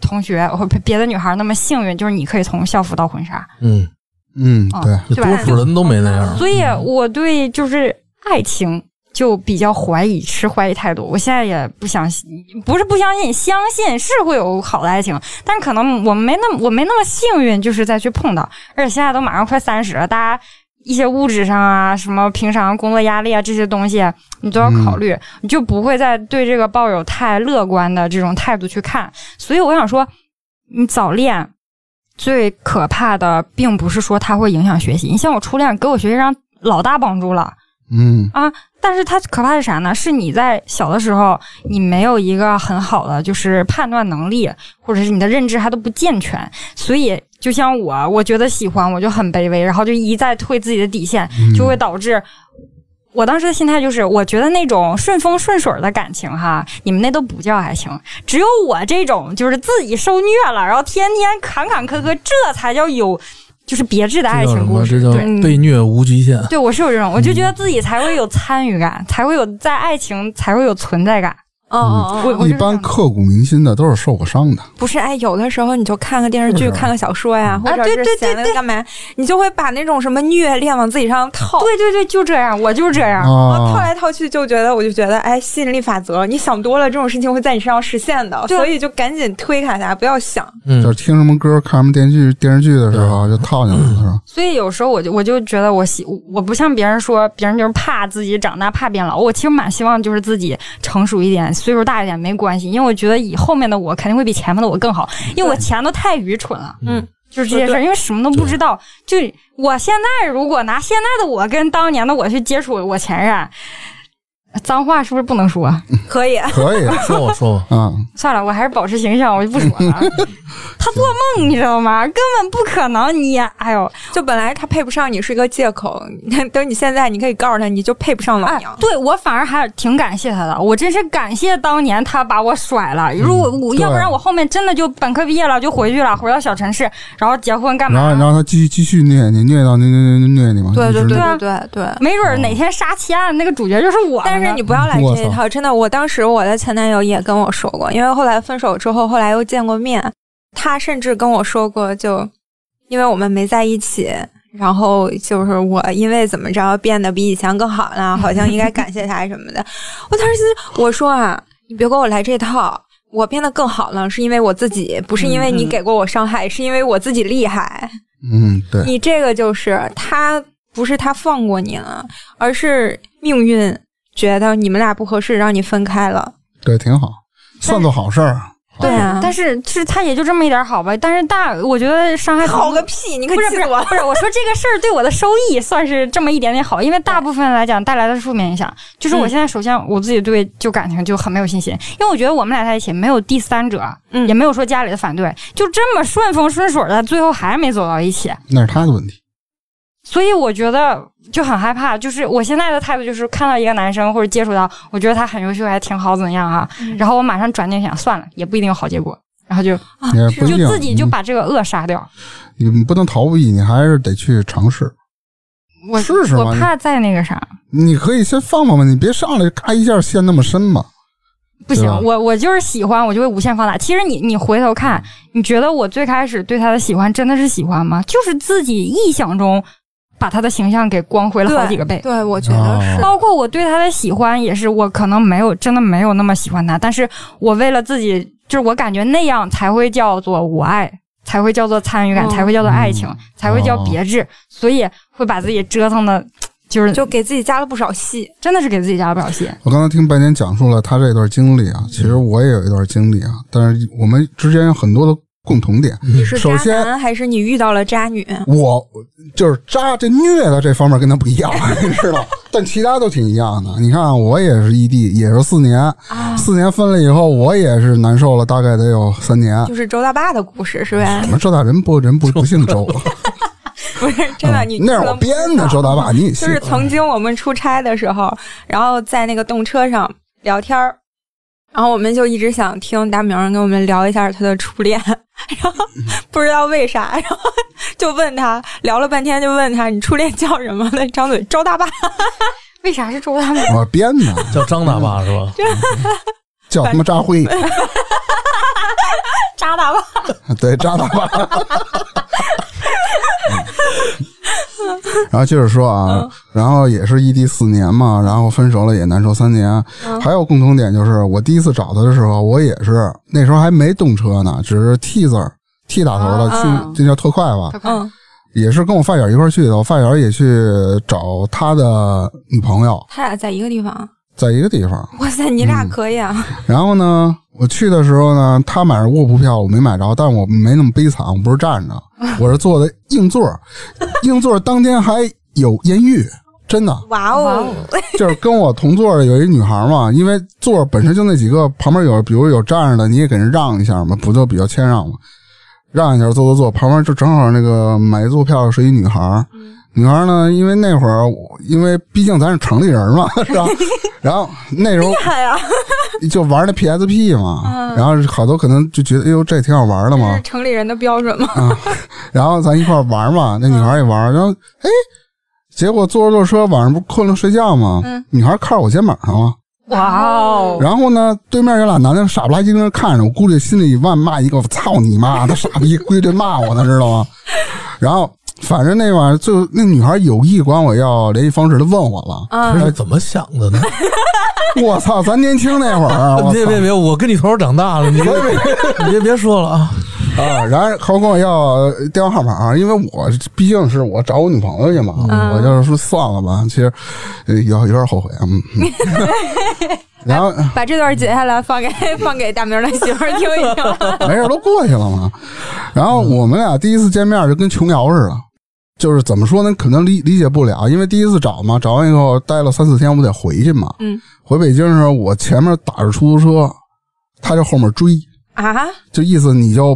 A: 同学或别的女孩那么幸运，就是你可以从校服到婚纱，
B: 嗯，
D: 嗯，
A: 啊
D: 对，
B: 这
A: 对吧
B: 多数人都没那样。
A: 所以我对就是爱情就比较怀疑，持怀疑态度。我现在也不相信，不是不相信，相信是会有好的爱情，但可能我没那么我没那么幸运，就是再去碰到。而且现在都马上快三十了，大家一些物质上啊，什么平常工作压力啊这些东西，你都要考虑，你就不会再对这个抱有太乐观的这种态度去看。所以我想说，你早恋最可怕的，并不是说它会影响学习。你像我初恋给我学习上老大帮助了。
D: 嗯
A: 啊，但是它可怕是啥呢？是你在小的时候，你没有一个很好的就是判断能力，或者是你的认知还都不健全，所以就像我，我觉得喜欢我就很卑微，然后就一再退自己的底线，
B: 嗯
A: 就会导致。我当时的心态就是，我觉得那种顺风顺水的感情，哈，你们那都不叫爱情，只有我这种就是自己受虐了，然后天天坎坎坷坷，这才叫有，就是别致的爱
B: 这叫什
A: 情故
B: 么？
A: 事。
B: 这叫
A: 对
B: 被虐无极限。
A: 对，我是有这种，我就觉得自己才会有参与感，才会有在爱情才会有存在感。
E: 嗯嗯嗯，
A: 我
D: 一
A: 就这
D: 般
A: 样
D: 刻骨铭心的都是受过伤的。
E: 不是，哎，有的时候你就看个电视剧，
B: 是啊
E: 看个小说呀，或者
A: 对
E: 是
A: 对
E: 闲
A: 对
E: 了干嘛，你就会把那种什么虐恋往自己上套。
A: 对对对，就这样，我就是这样。
E: 然后套
D: 啊，
E: 来套去，就觉得我就觉得，哎，吸引力法则，你想多了，这种事情会在你身上实现的，
A: 对
E: 所以就赶紧推开它，不要想。
B: 嗯
D: 就是听什么歌、看什么电视剧、电视剧的时候 啊就套进去了，是吧？
A: 所以有时候我就我就觉得我希我不像别人说，别人就是怕自己长大怕变老，我其实蛮希望就是自己成熟一点，岁数大一点没关系，因为我觉得以后面的我肯定会比前面的我更好，因为我前都太愚蠢了。
E: 嗯。
A: 就是这些事儿，因为什么都不知道。就我现在，如果拿现在的我跟当年的我去接触我前任，脏话是不是不能说？
E: 可 以，
D: 可以
B: 说吧说吧，
D: 啊，
A: 算了，我还是保持形象，我就不说 了。啊他做梦，你知道吗？根本不可能你，哎呦，
E: 就本来他配不上你是一个借口，等你现在你可以告诉他，你就配不上老
A: 哎
E: 娘，。
A: 对我反而还挺感谢他的，我真是感谢当年他把我甩了。如果我、
D: 嗯对
A: 要不然我后面真的就本科毕业了，就回去了，回到小城市，然后结婚干
D: 然后然
A: 嘛？
D: 后他继续继续虐你，虐到虐虐虐虐你嘛，
E: 对
D: 一
E: 对
D: 直
E: 对
A: 啊
E: 对对对。
A: 没准儿哪天杀妻案那个主角就是我呢。
E: 但是你不要来
D: 我
E: 这一
D: 操
E: 套，真的。我当时我的前男友也跟我说过，因为后来分手之后，后来又见过面，他甚至跟我说过，就因为我们没在一起，然后就是我因为怎么着变得比以前更好了，好像应该感谢他什么的。我当时心想我说啊，你别给我来这套。我变得更好了，是因为我自己，不是因为你给过我伤害，是因为我自己厉害。
D: 嗯， 对，
E: 你这个就是他不是他放过你了，而是命运觉得你们俩不合适，让你分开了。
D: 对，挺好，算作好事儿。
E: 对啊，
A: 但是是他也就这么一点好吧。但是大，我觉得伤害
E: 好个屁！你可啊
A: 不是
E: 气
A: 不
E: 死
A: 是
E: 我了！
A: 不是，我说这个事儿对我的收益算是这么一点点好，因为大部分来讲带来的是负面影响。就是我
E: 嗯
A: 现在首先我自己对就感情就很没有信心，因为我觉得我们俩在一起没有第三者，
E: 嗯
A: 也没有说家里的反对，就这么顺风顺水的，最后还没走到一起。
D: 那是他的问题。
A: 所以我觉得就很害怕，就是我现在的态度就是看到一个男生或者接触到，我觉得他很优秀，还挺好，怎么样啊？
E: 嗯
A: 然后我马上转念想，算了，也不一定有好结果，然后就
D: 也不一
A: 哦就
D: 定嗯
A: 自己就把这个恶杀掉。
D: 你你不能逃避，你还是得去尝试。
A: 我
D: 试试吧
A: 我怕再那个啥，
D: 你可以先放放吧，你别上来咔一下陷那么深嘛。
A: 不行
D: 对吧，
A: 我我就是喜欢，我就会无限放大。其实你你回头看，你觉得我最开始对他的喜欢真的是喜欢吗？就是自己臆想中把他的形象给光辉了好几个倍。
E: 对，我觉得
D: 哦啊
E: 是。
A: 包括我对他的喜欢也是，我可能没有真的没有那么喜欢他，但是我为了自己，就是我感觉那样才会叫做我爱，才会叫做参与感，
E: 嗯
A: 才会叫做爱情，
D: 嗯
A: 才会叫别致，所以会把自己折腾的，就是
E: 就给自己加了不少戏，
A: 真的是给自己加了不少戏。
D: 我刚才听白天讲述了他这段经历
E: 嗯
D: 啊，其实我也有一段经历啊，但是我们之间有很多的共同点。
E: 嗯你是
D: 首
E: 渣
D: 先
E: 男还是你遇到了渣女？
D: 我就是渣这虐的这方面跟他不 一样，你知道，但其他都挺一样的。你看啊，我也是异地，也是四年，
E: 啊
D: 四年分了以后，我也是难受了，大概得有三年。
E: 就是周大爸的故事，是吧
D: 我？们周大人不人不不姓周，啊
E: 不是真的，你
D: 哦那是我
E: 可能不知
D: 编
E: 道
D: 的。周大爸，你也
E: 就
D: 信
E: 是
B: 嗯
E: 曾经我们出差的时候，然后在那个动车上聊天儿，然后我们就一直想听大明儿跟我们聊一下他的初恋，然后
B: 嗯
E: 不知道为啥，然后就问他聊了半天，就问他你初恋叫什么？那张嘴周大爸，
A: 为啥是周大妈？
D: 我编的，
B: 叫张大爸是吧？
D: 叫他妈扎辉，
A: 渣大爸。
D: 对，扎大巴。嗯然后接着说啊，然后也是异地四年嘛，然后分手了也难受三年。还有共同点就是，我第一次找他的时候，我也是那时候还没动车呢，只是 T 字儿 T 打头的，
A: 啊
D: 嗯去这叫特快吧。
E: 嗯，
D: 也是跟我发小一块儿去的，我发小也去找他的女朋友，
E: 他俩在一个地方。
D: 在一个地方。
E: 哇塞，你
B: 嗯
E: 俩可以 啊！
D: 然后呢，我去的时候呢，他买着卧铺票，我没买着，但我没那么悲惨，我不是站着，我是坐的硬座儿，硬座儿当天还有艳遇，真的。
E: 哇哦，
D: 就是跟我同座的有一女孩嘛，因为座儿本身就那几个，旁边有比如有站着的，你也给人让一下嘛，不就比较谦让嘛，让一下坐坐坐，旁边就正好那个买座票是一女孩儿，女孩儿呢，因为那会儿我因为毕竟咱是城里人嘛，是吧？然后那时候
E: 看呀，
D: 就玩那 PSP 嘛，然后好多可能就觉得哎呦这挺好玩的嘛
E: 这是，城里人的标准吗？
D: 然后咱一块儿玩嘛，那女孩儿也玩，然后哎，结果坐着坐着车晚上不困了睡觉嘛，女孩儿靠我肩膀上了。
A: 哇哦，
D: 然后呢，对面有俩男的傻不拉几跟那看着我，估计心里万骂一个“我操你妈”，他傻逼，估计这骂我呢，知道吗？然后反正那晚上最后那女孩有意管我要联系方式，她问我了，
B: 他是怎么想的呢？
D: 我操，咱年轻那会儿，啊我
B: 别别别，我跟你同时长大了，你别你别别说了啊！
D: 操 啊！然后后跟我要电话号码，啊因为我毕竟是我找我女朋友去嘛，我就是说算了吧，其实呃有有点后悔，嗯。嗯 然后
E: 把这段截下来放给 放给大明的媳妇儿听一听。
D: 没事儿都过去了嘛。然后我们俩第一次见面就跟琼瑶似的，就是怎么说呢？可能理理解不了，因为第一次找嘛，找完以后待了三四天，我得回去嘛。
E: 嗯，
D: 回北京的时候，我前面打着出租车，他就后面追，
E: 啊，
D: 就意思你就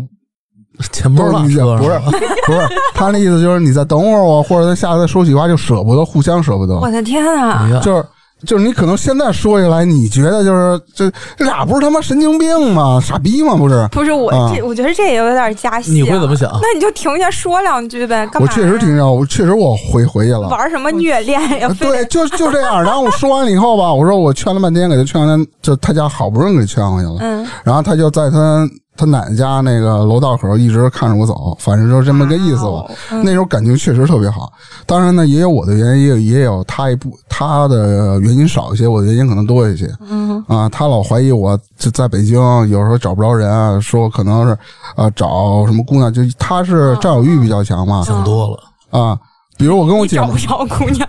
B: 钱
D: 不
B: 包
D: 是
B: 落
D: 你
B: 车
D: 就
B: 上
D: 不是
B: 了
D: 不是他那意思就是你再等会儿我，或者他下次再说几句话就舍不得，互相舍不得。
E: 我的天
B: 哎
E: 啊！
B: 呀
D: 就是就是你可能现在说起来，你觉得就是这这俩不是他妈神经病吗？傻逼吗？不是。
E: 不是我
D: 啊
E: 这，我觉得这也有点加戏啊。
B: 你会怎么想？
E: 那你就停下说两句呗，干
D: 我
E: 嘛呀？
D: 确实挺让，我确实我回回去了，
E: 玩什么虐恋呀？非得
D: 对，就就这样。然后我说完了以后吧，我说我劝了半天，给他劝完，就他家好不容易给劝回去了。
E: 嗯，
D: 然后他就在他他奶奶家那个楼道口一直看着我走，反正就这么个意思吧。
E: 哦
D: 那时候感情确实特别好。当然呢，也有我的原因，也有也有他一部他的原因少一些，我的原因可能多一些。嗯啊，他老怀疑我就在北京有时候找不着人啊，说我可能是啊找什么姑娘，就他是
E: 哦
D: 占有欲比较强嘛
B: 想多了，
D: 啊。比如我跟我
E: 你
D: 姐
E: 找
D: 们
E: 不着姑 娘，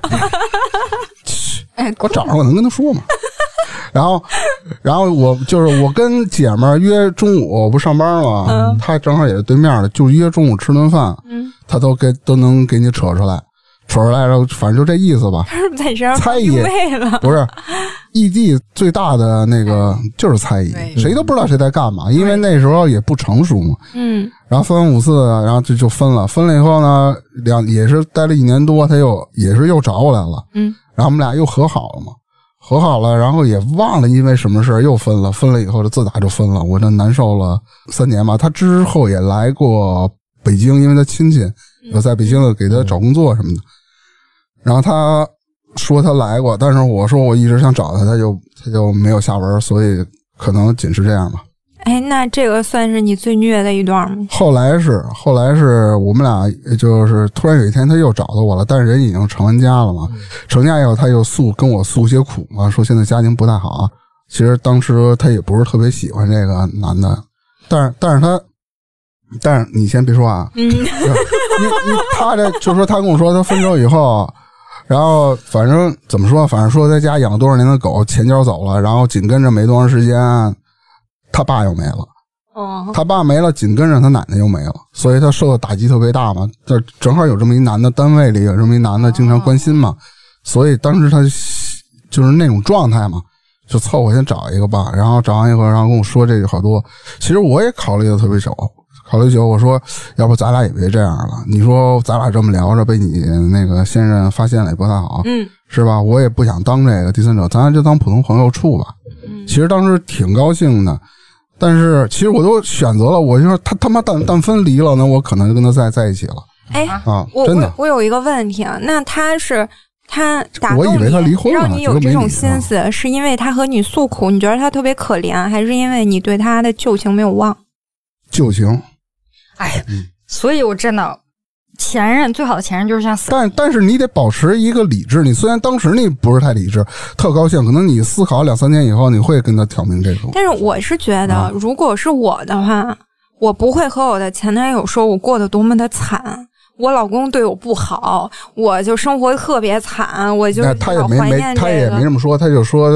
A: 哎，
D: 我找着我能跟他说嘛。 然后，然后我就是我跟姐们儿约中午，我不上班嘛，她正好也是对面的，就约中午吃顿饭，她都给都能给你扯出来，扯出来，然后反正就这意思吧。
E: 是不是在你身上
D: 猜
E: 放
D: 疑
E: 定位了？
D: 不是，异地最大的那个就是猜疑，
A: 对
D: 谁都不知道谁在干嘛，因为那时候也不成熟嘛。
E: 嗯，
D: 然后三番五次，然后就就分了。分了以后呢，两也是待了一年多，他又也是又找我来了。
E: 嗯，
D: 然后我们俩又和好了嘛，和好了，然后也忘了因为什么事儿又分了。分了以后，就自打就分了，我这难受了三年吧。他之后也来过北京，因为他亲戚
E: 嗯
D: 有在北京的给他找工作什么的。然后他说他来过，但是我说我一直想找他，他就他就没有下文，所以可能仅是这样吧。
E: 哎，那这个算是你最虐的一段吗？
D: 后来是后来是我们俩就是突然有一天他又找到我了，但是人已经成完家了嘛，成家以后他又诉跟我诉些苦嘛，说现在家庭不太好啊。其实当时他也不是特别喜欢这个男的，但是但是他，但是你先别说啊，
E: 嗯，
D: 就是因因为他这就说他跟我说他分手以后，然后反正怎么说，反正说在家养了多少年的狗前脚走了，然后紧跟着没多长时间，他爸又没了。
E: 哦，
D: 他爸没了，紧跟着他奶奶又没了，所以他受的打击特别大嘛。这正好有这么一男的，单位里有这么一男的经常关心嘛，所以当时他就是那种状态嘛，就凑合先找一个吧。然后找完以后，然后跟我说这个好多，其实我也考虑的特别久，考虑久，我说要不咱俩也别这样了。你说咱俩这么聊着，被你那个现任发现了也不太好，
E: 嗯，
D: 是吧？我也不想当这个第三者，咱俩就当普通朋友处吧。
E: 嗯
D: 其实当时挺高兴的，但是其实我都选择了，我就说他他妈但但分离了，那我可能就跟他在在一起了
E: 哎，
D: 啊！
E: 我
D: 真
E: 我
D: 的，
E: 我有一个问题啊，那他是他打
D: 我以
E: 动
D: 为
E: 你，
D: 他离婚了
E: 让你
D: 结果
E: 有这
D: 没
E: 种
D: 离
E: 心思，是因为他和你诉苦，你觉得他特别可怜，还是因为你对他的旧情没有忘？
D: 旧情。
A: 哎，所以我真的前任最好的前任就是像死
D: 但但是你得保持一个理智，你虽然当时你不是太理智，特高兴，可能你思考两三天以后，你会跟他挑明这种。
E: 但是我是觉
D: 啊
E: 得，如果是我的话，我不会和我的前男友说我过得多么的惨。我老公对我不好，我就生活特别惨，我就
D: 那
E: 是
D: 他也
E: 老
D: 没
E: 怀
D: 没
E: 念这
D: 他也没
E: 个。
D: 这么说，他就说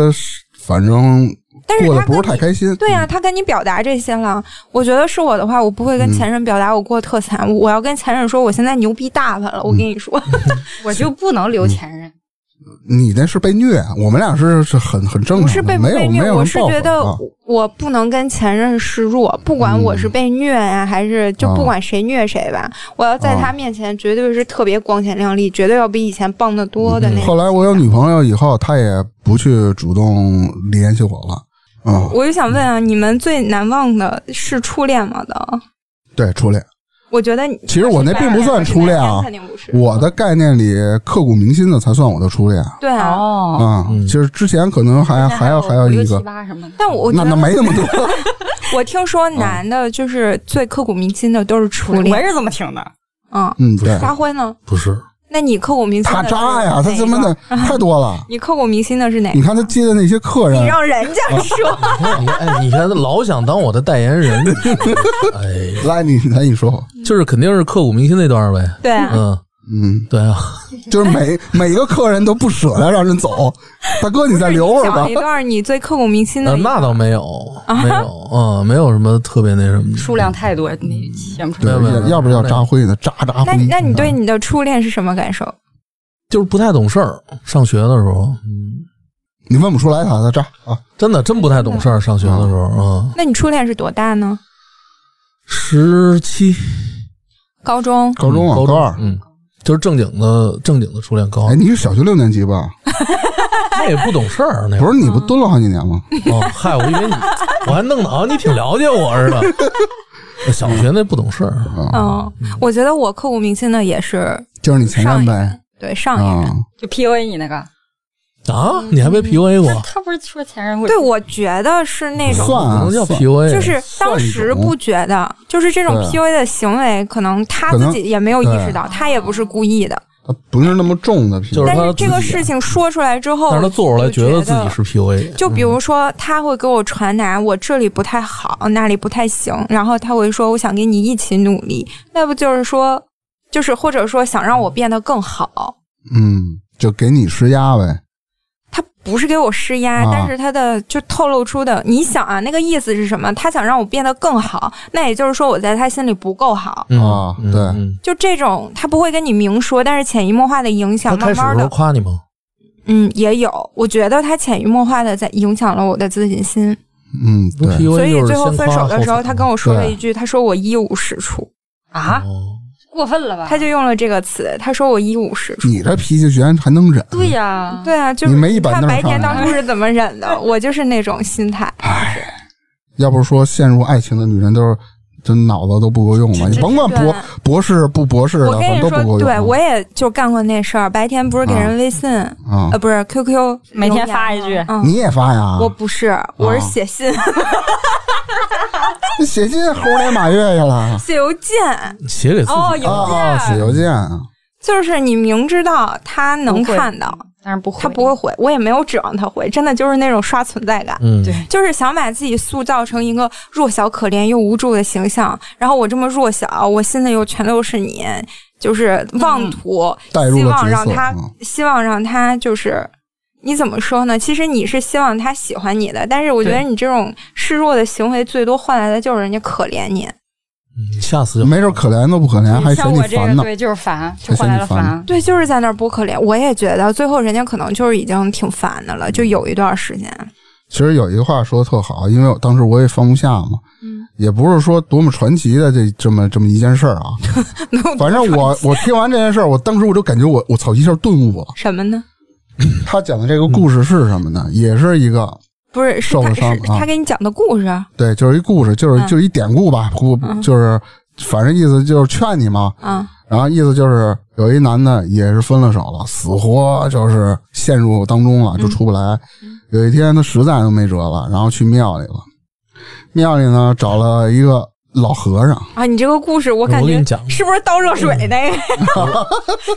D: 反正
E: 但是
D: 过得
E: 他
D: 不是
E: 跟
D: 太
E: 你
D: 开心。
E: 对呀、啊他跟你表达这些了，我觉得是我的话，我不会
D: 嗯
E: 跟前任表达我过得特惨，我要跟前任说我现在牛逼大发了，我跟你说，
A: 我就不能留前任。
D: 你那是被虐，我们俩是是很很正常的，
E: 不是被不
D: 没有
E: 被
D: 没
E: 虐，
D: 有
E: 我
D: 人
E: 是
D: 报
E: 觉
D: 复
E: 得
D: 啊嗯
E: 我不能跟前任示弱，不管我是被虐呀、还是就
D: 啊
E: 不管谁虐谁吧，我要在他面前绝对是特别光鲜亮丽，绝对要比以前棒得多的那种。
D: 嗯后来我有女朋友以后，她也不去主动联系我了。嗯，
E: 我就想问啊，你们最难忘的是初恋吗？的，
D: 对，初恋。
E: 我觉得
D: 其实我那并不算初恋啊
E: 肯定不是
D: 我的概念里刻骨铭心的才算我的初恋
E: 对啊。
A: 哦，
D: 啊。
B: 嗯
D: 其实之前可能还还有还有一
A: 六
D: 个
A: 七，八什么的。
E: 但我
D: 那
E: 觉
D: 那
E: 得，
D: 没那 么嗯多。
E: 我听说男的就是最刻骨铭心的都是初
A: 我
E: 恋，
A: 是这么听的，
E: 嗯，
D: 嗯，对，
E: 发挥呢？
B: 不是，
E: 那你刻骨铭心
D: 他
E: 的
D: 渣呀，
E: 是
D: 他
E: 哪
D: 怎么
E: 一个
D: 的？太多了。
E: 你刻骨铭心的是哪
D: 你
E: 个？
D: 看他接的那些客
B: 嗯
D: 人
E: 你，让人家 说。
B: 你看，你看，哎，你看，他老想当我的代言人，哎，
D: 来你来你说，
B: 就是肯定是刻骨铭心那段呗。
E: 对啊，
B: 嗯，
D: 嗯，
B: 对啊，
D: 就是每每个客人都不舍得让人走。大哥，你再留会儿吧
E: 讲一。段你最刻骨铭心的
B: 呃
E: 一
B: 那倒没有，没有，嗯，没有什么特别那什么的。
A: 数量太多，你想不出
D: 对
A: 来。
B: 没有没有，
D: 要不叫渣辉呢？渣渣
E: 那
D: 辉。
E: 那你对
B: 嗯
E: 你的初恋是什么感受？
B: 就是不太懂事儿。上学的时候，嗯，
D: 你问不出来他，他渣啊。
B: 真的真不太懂事儿。上学的时候，嗯，
E: 那你初恋是多大呢？
B: 十七，
E: 高中
D: 高中啊，
B: 高
D: 高二。
B: 嗯，就是正经的正经的初恋高
D: 哎，
B: 二，
D: 你是小学六年级吧？
B: 那也不懂事儿，那会
D: 不
B: 儿
D: 是你不蹲了好几年吗？
B: 哦，嗨，我以为你，我还弄得好哦像你挺了解我似的。 小学那不懂事儿，
E: 嗯，
B: 哦
E: 我觉得我刻骨铭心的也是
D: 就是你前任呗。
E: 对上一
D: 啊
B: 哦
E: 任。，
A: 就 PUA 你那个，
B: 啊，你还被 PUA 过？
A: 他不是说前任会
E: 对，我觉得是那种，
D: 算
B: 不
D: 啊
B: 能叫
D: 算
B: PUA，
E: 就是当时不觉得，就是这种
D: 对
E: PUA 的行为，可能他
D: 可
E: 自
D: 能
E: 己也没有意识到，他也不是故意的。
D: 他不是那么重的皮，
B: 就是
E: 但
B: 他
E: 是这个
B: 自己
E: 事情说出来之后，
B: 但是他做出来
E: 我
B: 觉
E: 觉
B: 得自己是 PUA，
E: 哦就比如说，他会给我传达我这里不太好，那里不太行，然后他会说我想跟你一起努力，那不就是说，就是或者说想让我变得更好。
D: 嗯，就给你施压呗。
E: 他不是给我施压，
D: 啊
E: 但是他的就透露出的，你想啊，那个意思是什么？他想让我变得更好，那也就是说我在他心里不够好。
B: 嗯
D: 啊
B: 嗯
D: 对
B: 嗯
E: 就这种，他不会跟你明说，但是潜移默化的影
B: 他
E: 响，
B: 开
E: 慢
B: 始的
E: 慢
B: 时候
E: 的，
B: 夸你吗？
E: 嗯，也有。我觉得他潜移默化的在影响了我的自信心。
D: 嗯，
B: 不
D: 对，
E: 所
B: PUA
E: 以
B: 就是
E: 最
B: 先
E: 后
B: 夸
E: 分手的时候，他跟我说了
D: 对
E: 一句：“他说我一无是处。
A: 啊，
B: 哦
A: 过分了吧？
E: 他就用了这个词，他说我一无是处。
D: 你这脾气居然还能忍，
A: 对呀，
E: 对啊，就
D: 你
E: 是
D: 没一板
E: 看
D: 凳
E: 白
D: 上
E: 天当
D: 来
E: 初是怎么 忍的，我就是那种心态。
D: 要不是说陷入爱情的女人都是真脑子都不够用吧？你甭管博
E: 对
D: 博士不博士
E: 我
D: 的，
E: 跟
D: 反
E: 你
D: 正都不
E: 说，
D: 够用
E: 对
D: 啊。
E: 我也就干过那事儿。白天不
D: 嗯
E: 是给人微信，
D: 啊
E: 呃，，不是 QQ，
A: 每天发一句
E: 留言吗嗯，
D: 你啊也发呀？
E: 我不是，我是写信、
D: 你写信猴年马月去 了
E: 写邮件，
B: 写给自己
A: 哦，有
D: 啊！写邮件啊，
E: 就是你明知道他嗯能
A: 不会
E: 看到，
A: 但是不会，
E: 他不会回，我也没有指望他回，真的就是那种刷存在感。
B: 嗯，
A: 对
E: 就是想把自己塑造成一个弱小、可怜又无助的形象。然后我这么弱小，我心里又全都是你，就是妄图、
D: 嗯带入
E: 希
D: 了
E: 望让
D: 角色
E: 他
D: 嗯，
E: 希望让他就是。你怎么说呢？其实你是希望他喜欢你的，但是我觉得
A: 对
E: 你这种示弱的行为，最多换来的就是人家可怜你。
B: 嗯下次就
D: 没准可怜都不可怜，还嫌
A: 像
D: 你
A: 我这
D: 烦
A: 个
D: 呢。
A: 对，就是烦，
D: 还
A: 就换
D: 嫌
A: 来
D: 你
A: 了
D: 烦
A: 烦。
E: 对，就是在那儿不可怜。我也觉得，最后人家可能就是已经挺烦的了，
D: 嗯
E: 就有一段时间。
D: 其实有一句话说的特好，因为我当时我也放不下嘛，也不是说多么传奇的这这么这么一件事儿啊。反正我我听完这件事儿，我当时我就感觉我我操一下顿悟了。
E: 什么呢？
D: 他讲的这个故事是什么呢？也是一个
E: 不是，是
D: 受了
E: 他
D: 伤
E: 是
D: 啊
E: 他给你讲的故事。啊
D: 对，就是一故事，就是
E: 嗯
D: 就是一典故吧，故就是反正意思就是劝你嘛。
E: 嗯，
D: 然后意思就是有一男的也是分了手了，死活就是陷入当中
E: 嗯
D: 了，就出不来。有一天他实在都没辙了，然后去庙里了。庙里呢找了一个老和尚，
E: 啊，你这个故事我
B: 我
E: 感
B: 跟
E: 觉
B: 你讲嗯
E: 是不是倒热水那个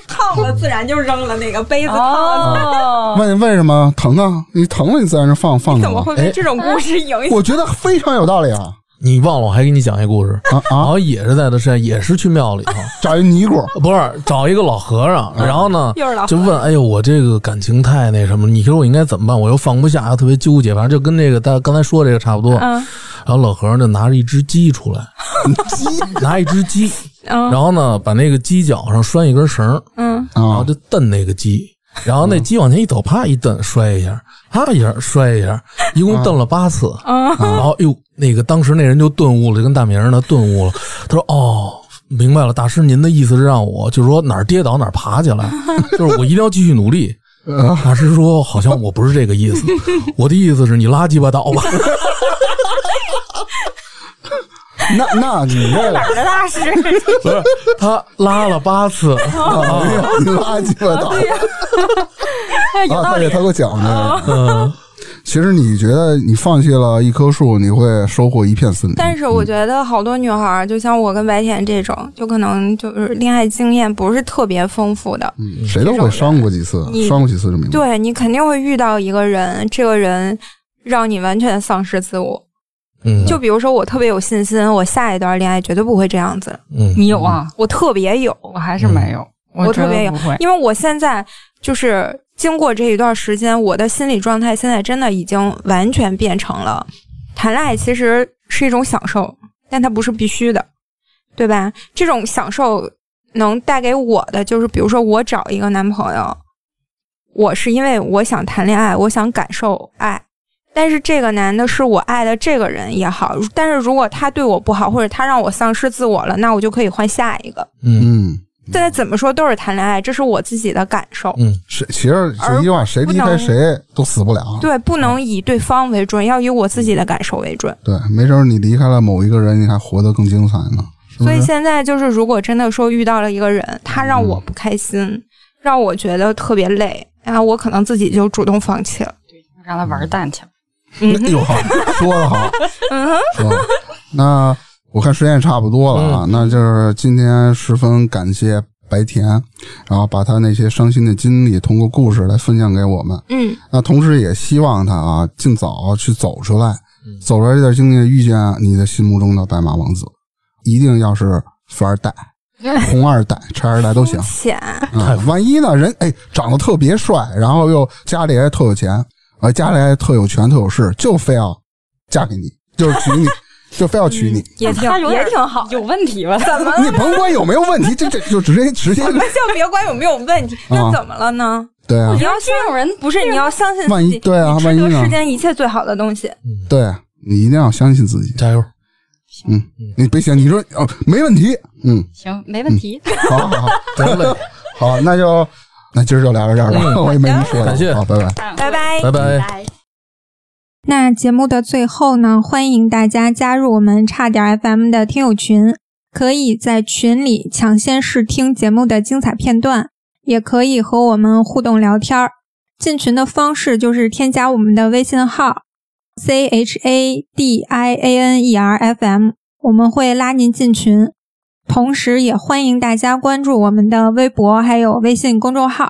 E: 烫了，自然就扔了那个杯子烫了，
A: 哦，
D: 问为什么疼啊？你疼了你自然就放放
E: 你
D: 着
E: 怎么
D: 了。
E: 会被这种故事影响？
D: 我觉得非常有道理啊！
B: 你忘了我还给你讲一故事，
D: 啊
B: 好
D: 啊，
B: 像也是在他山，也是去庙里头，
D: 找一尼姑，
B: 不是找一个老和尚，
D: 啊
B: 然后呢
E: 又是老和
B: 就
E: 尚
B: 问，哎呦，我这个感情太那什么，你说我应该怎么办？我又放不下，又特别纠结，反正就跟这个大家刚才说这个差不多。
E: 嗯
B: 然后老和尚就拿着一只鸡出来， 拿一只鸡，
E: 嗯
B: 然后呢把那个鸡脚上拴一根绳儿，
E: 嗯，
D: 啊
B: 然后就蹬那个鸡，然后那
D: 嗯
B: 鸡往前一走，啪一蹬，摔一下，啪一下摔一下，一
D: 啊
B: 共蹬了八次。
E: 嗯
B: 啊然后哟，那个当时那人就顿悟了，就跟大明儿似的顿悟了。他说：“哦，明白了，大师您的意思是让我就是说哪儿跌倒哪儿爬起 来，就是我一定要继续努力。”大师说：“好像我不是这个 意思，我的意思是你拉鸡巴倒吧。
D: 那那你 这
A: 哪儿的大师？
B: 不是”他拉了八次，
A: 哦
D: 你拉鸡巴倒
E: 哎
D: 啊！他给他给我讲
E: 哦
D: 的。
B: 嗯，
D: 其实你觉得你放弃了一棵树，你会收获一片森林。
E: 但是我觉得好多女孩儿，就像我跟白甜这种，就可能就是恋爱经验不是特别丰富的，
D: 嗯谁都会伤过几次，
E: 你
D: 伤过几次就明白。
E: 对你肯定会遇到一个人，这个人让你完全丧失自我。
B: 嗯，
E: 就比如说我特别有信心，我下一段恋爱绝对不会这样子，
B: 嗯
A: 你有啊？
E: 我特别有，
A: 我还是没有，
E: 我
A: 觉得
E: 特别有
A: 不会。
E: 因为我现在就是经过这一段时间，我的心理状态现在真的已经完全变成了，谈恋爱其实是一种享受，但它不是必须的，对吧？这种享受能带给我的就是，比如说我找一个男朋友，我是因为我想谈恋爱，我想感受爱。但是这个男的是我爱的这个人也好，但是如果他对我不好，或者他让我丧失自我了，那我就可以换下一个。
B: 嗯
D: 嗯，
E: 但怎么说都是谈恋爱，这是我自己的感受。
B: 嗯
D: 谁其实就一句话，谁离开谁都死不了。
E: 对，不能以对方为准，要以我自己的感受为准。
D: 对，没准你离开了某一个人，你还活得更精彩呢。是不
E: 所以
D: 是？
E: 现在就是，如果真的说遇到了一个人，他让
D: 嗯
E: 我不开心，让我觉得特别累，啊，我可能自己就主动放弃了。
D: 啊
A: 让他玩蛋去吧。
D: 哎 呦，好，说得好，
E: 嗯哼，
D: 说得好。那我看时间也差不多了啊，那就是今天十分感谢白田，然后把他那些伤心的经历通过故事来分享给我们。
E: 嗯，
D: 那同时也希望他啊，尽早去走出来，走出来这段经历，遇见你的心目中的白马王子，一定要是富二代、红二代、拆二代都行。
E: 浅，
B: 嗯
D: 啊，万一呢，人哎长得特别帅，然后又家里还特有钱，啊，家里还特有权特有势，就非要嫁给你，就是娶 你，就非要娶你。
B: 嗯
E: 也挺
A: 他有点
E: 也挺好。
A: 有问题吧？怎么
D: 你甭管有没有问题，这这就直接直接
E: 我们 就别管有没有问题，
D: 啊
E: 那怎么了呢？
D: 对啊
A: 你，要这种人
E: 不是，你要相信自己，
D: 万一对啊
E: 你
D: 万
E: 值
D: 一
E: 得
D: 呢
E: 世间一切最好的东西。
D: 对啊，你一定要相信自己。
B: 加油！
D: 嗯，你别想，你说哦，没问题。 嗯，
A: 行，没问题。
D: 好好好，得嘞，好，那就那今儿就聊到这儿吧，我也没什么说的，
B: 嗯感谢
D: 好，拜拜。
E: 拜
A: 哎
E: 拜。
B: 拜拜。
E: 那节目的最后呢，欢迎大家加入我们差点 FM 的听友群，可以在群里抢先试听节目的精彩片段，也可以和我们互动聊天儿。进群的方式就是添加我们的微信号 c h a d i a n e r f m，我们会拉您进群。同时，也欢迎大家关注我们的微博还有微信公众号。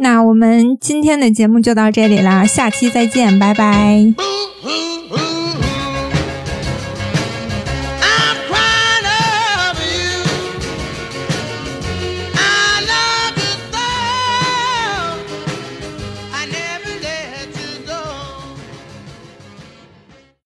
E: 那我们今天的节目就到这里啦，下期再见，拜拜。
C: Boo hoo hoo.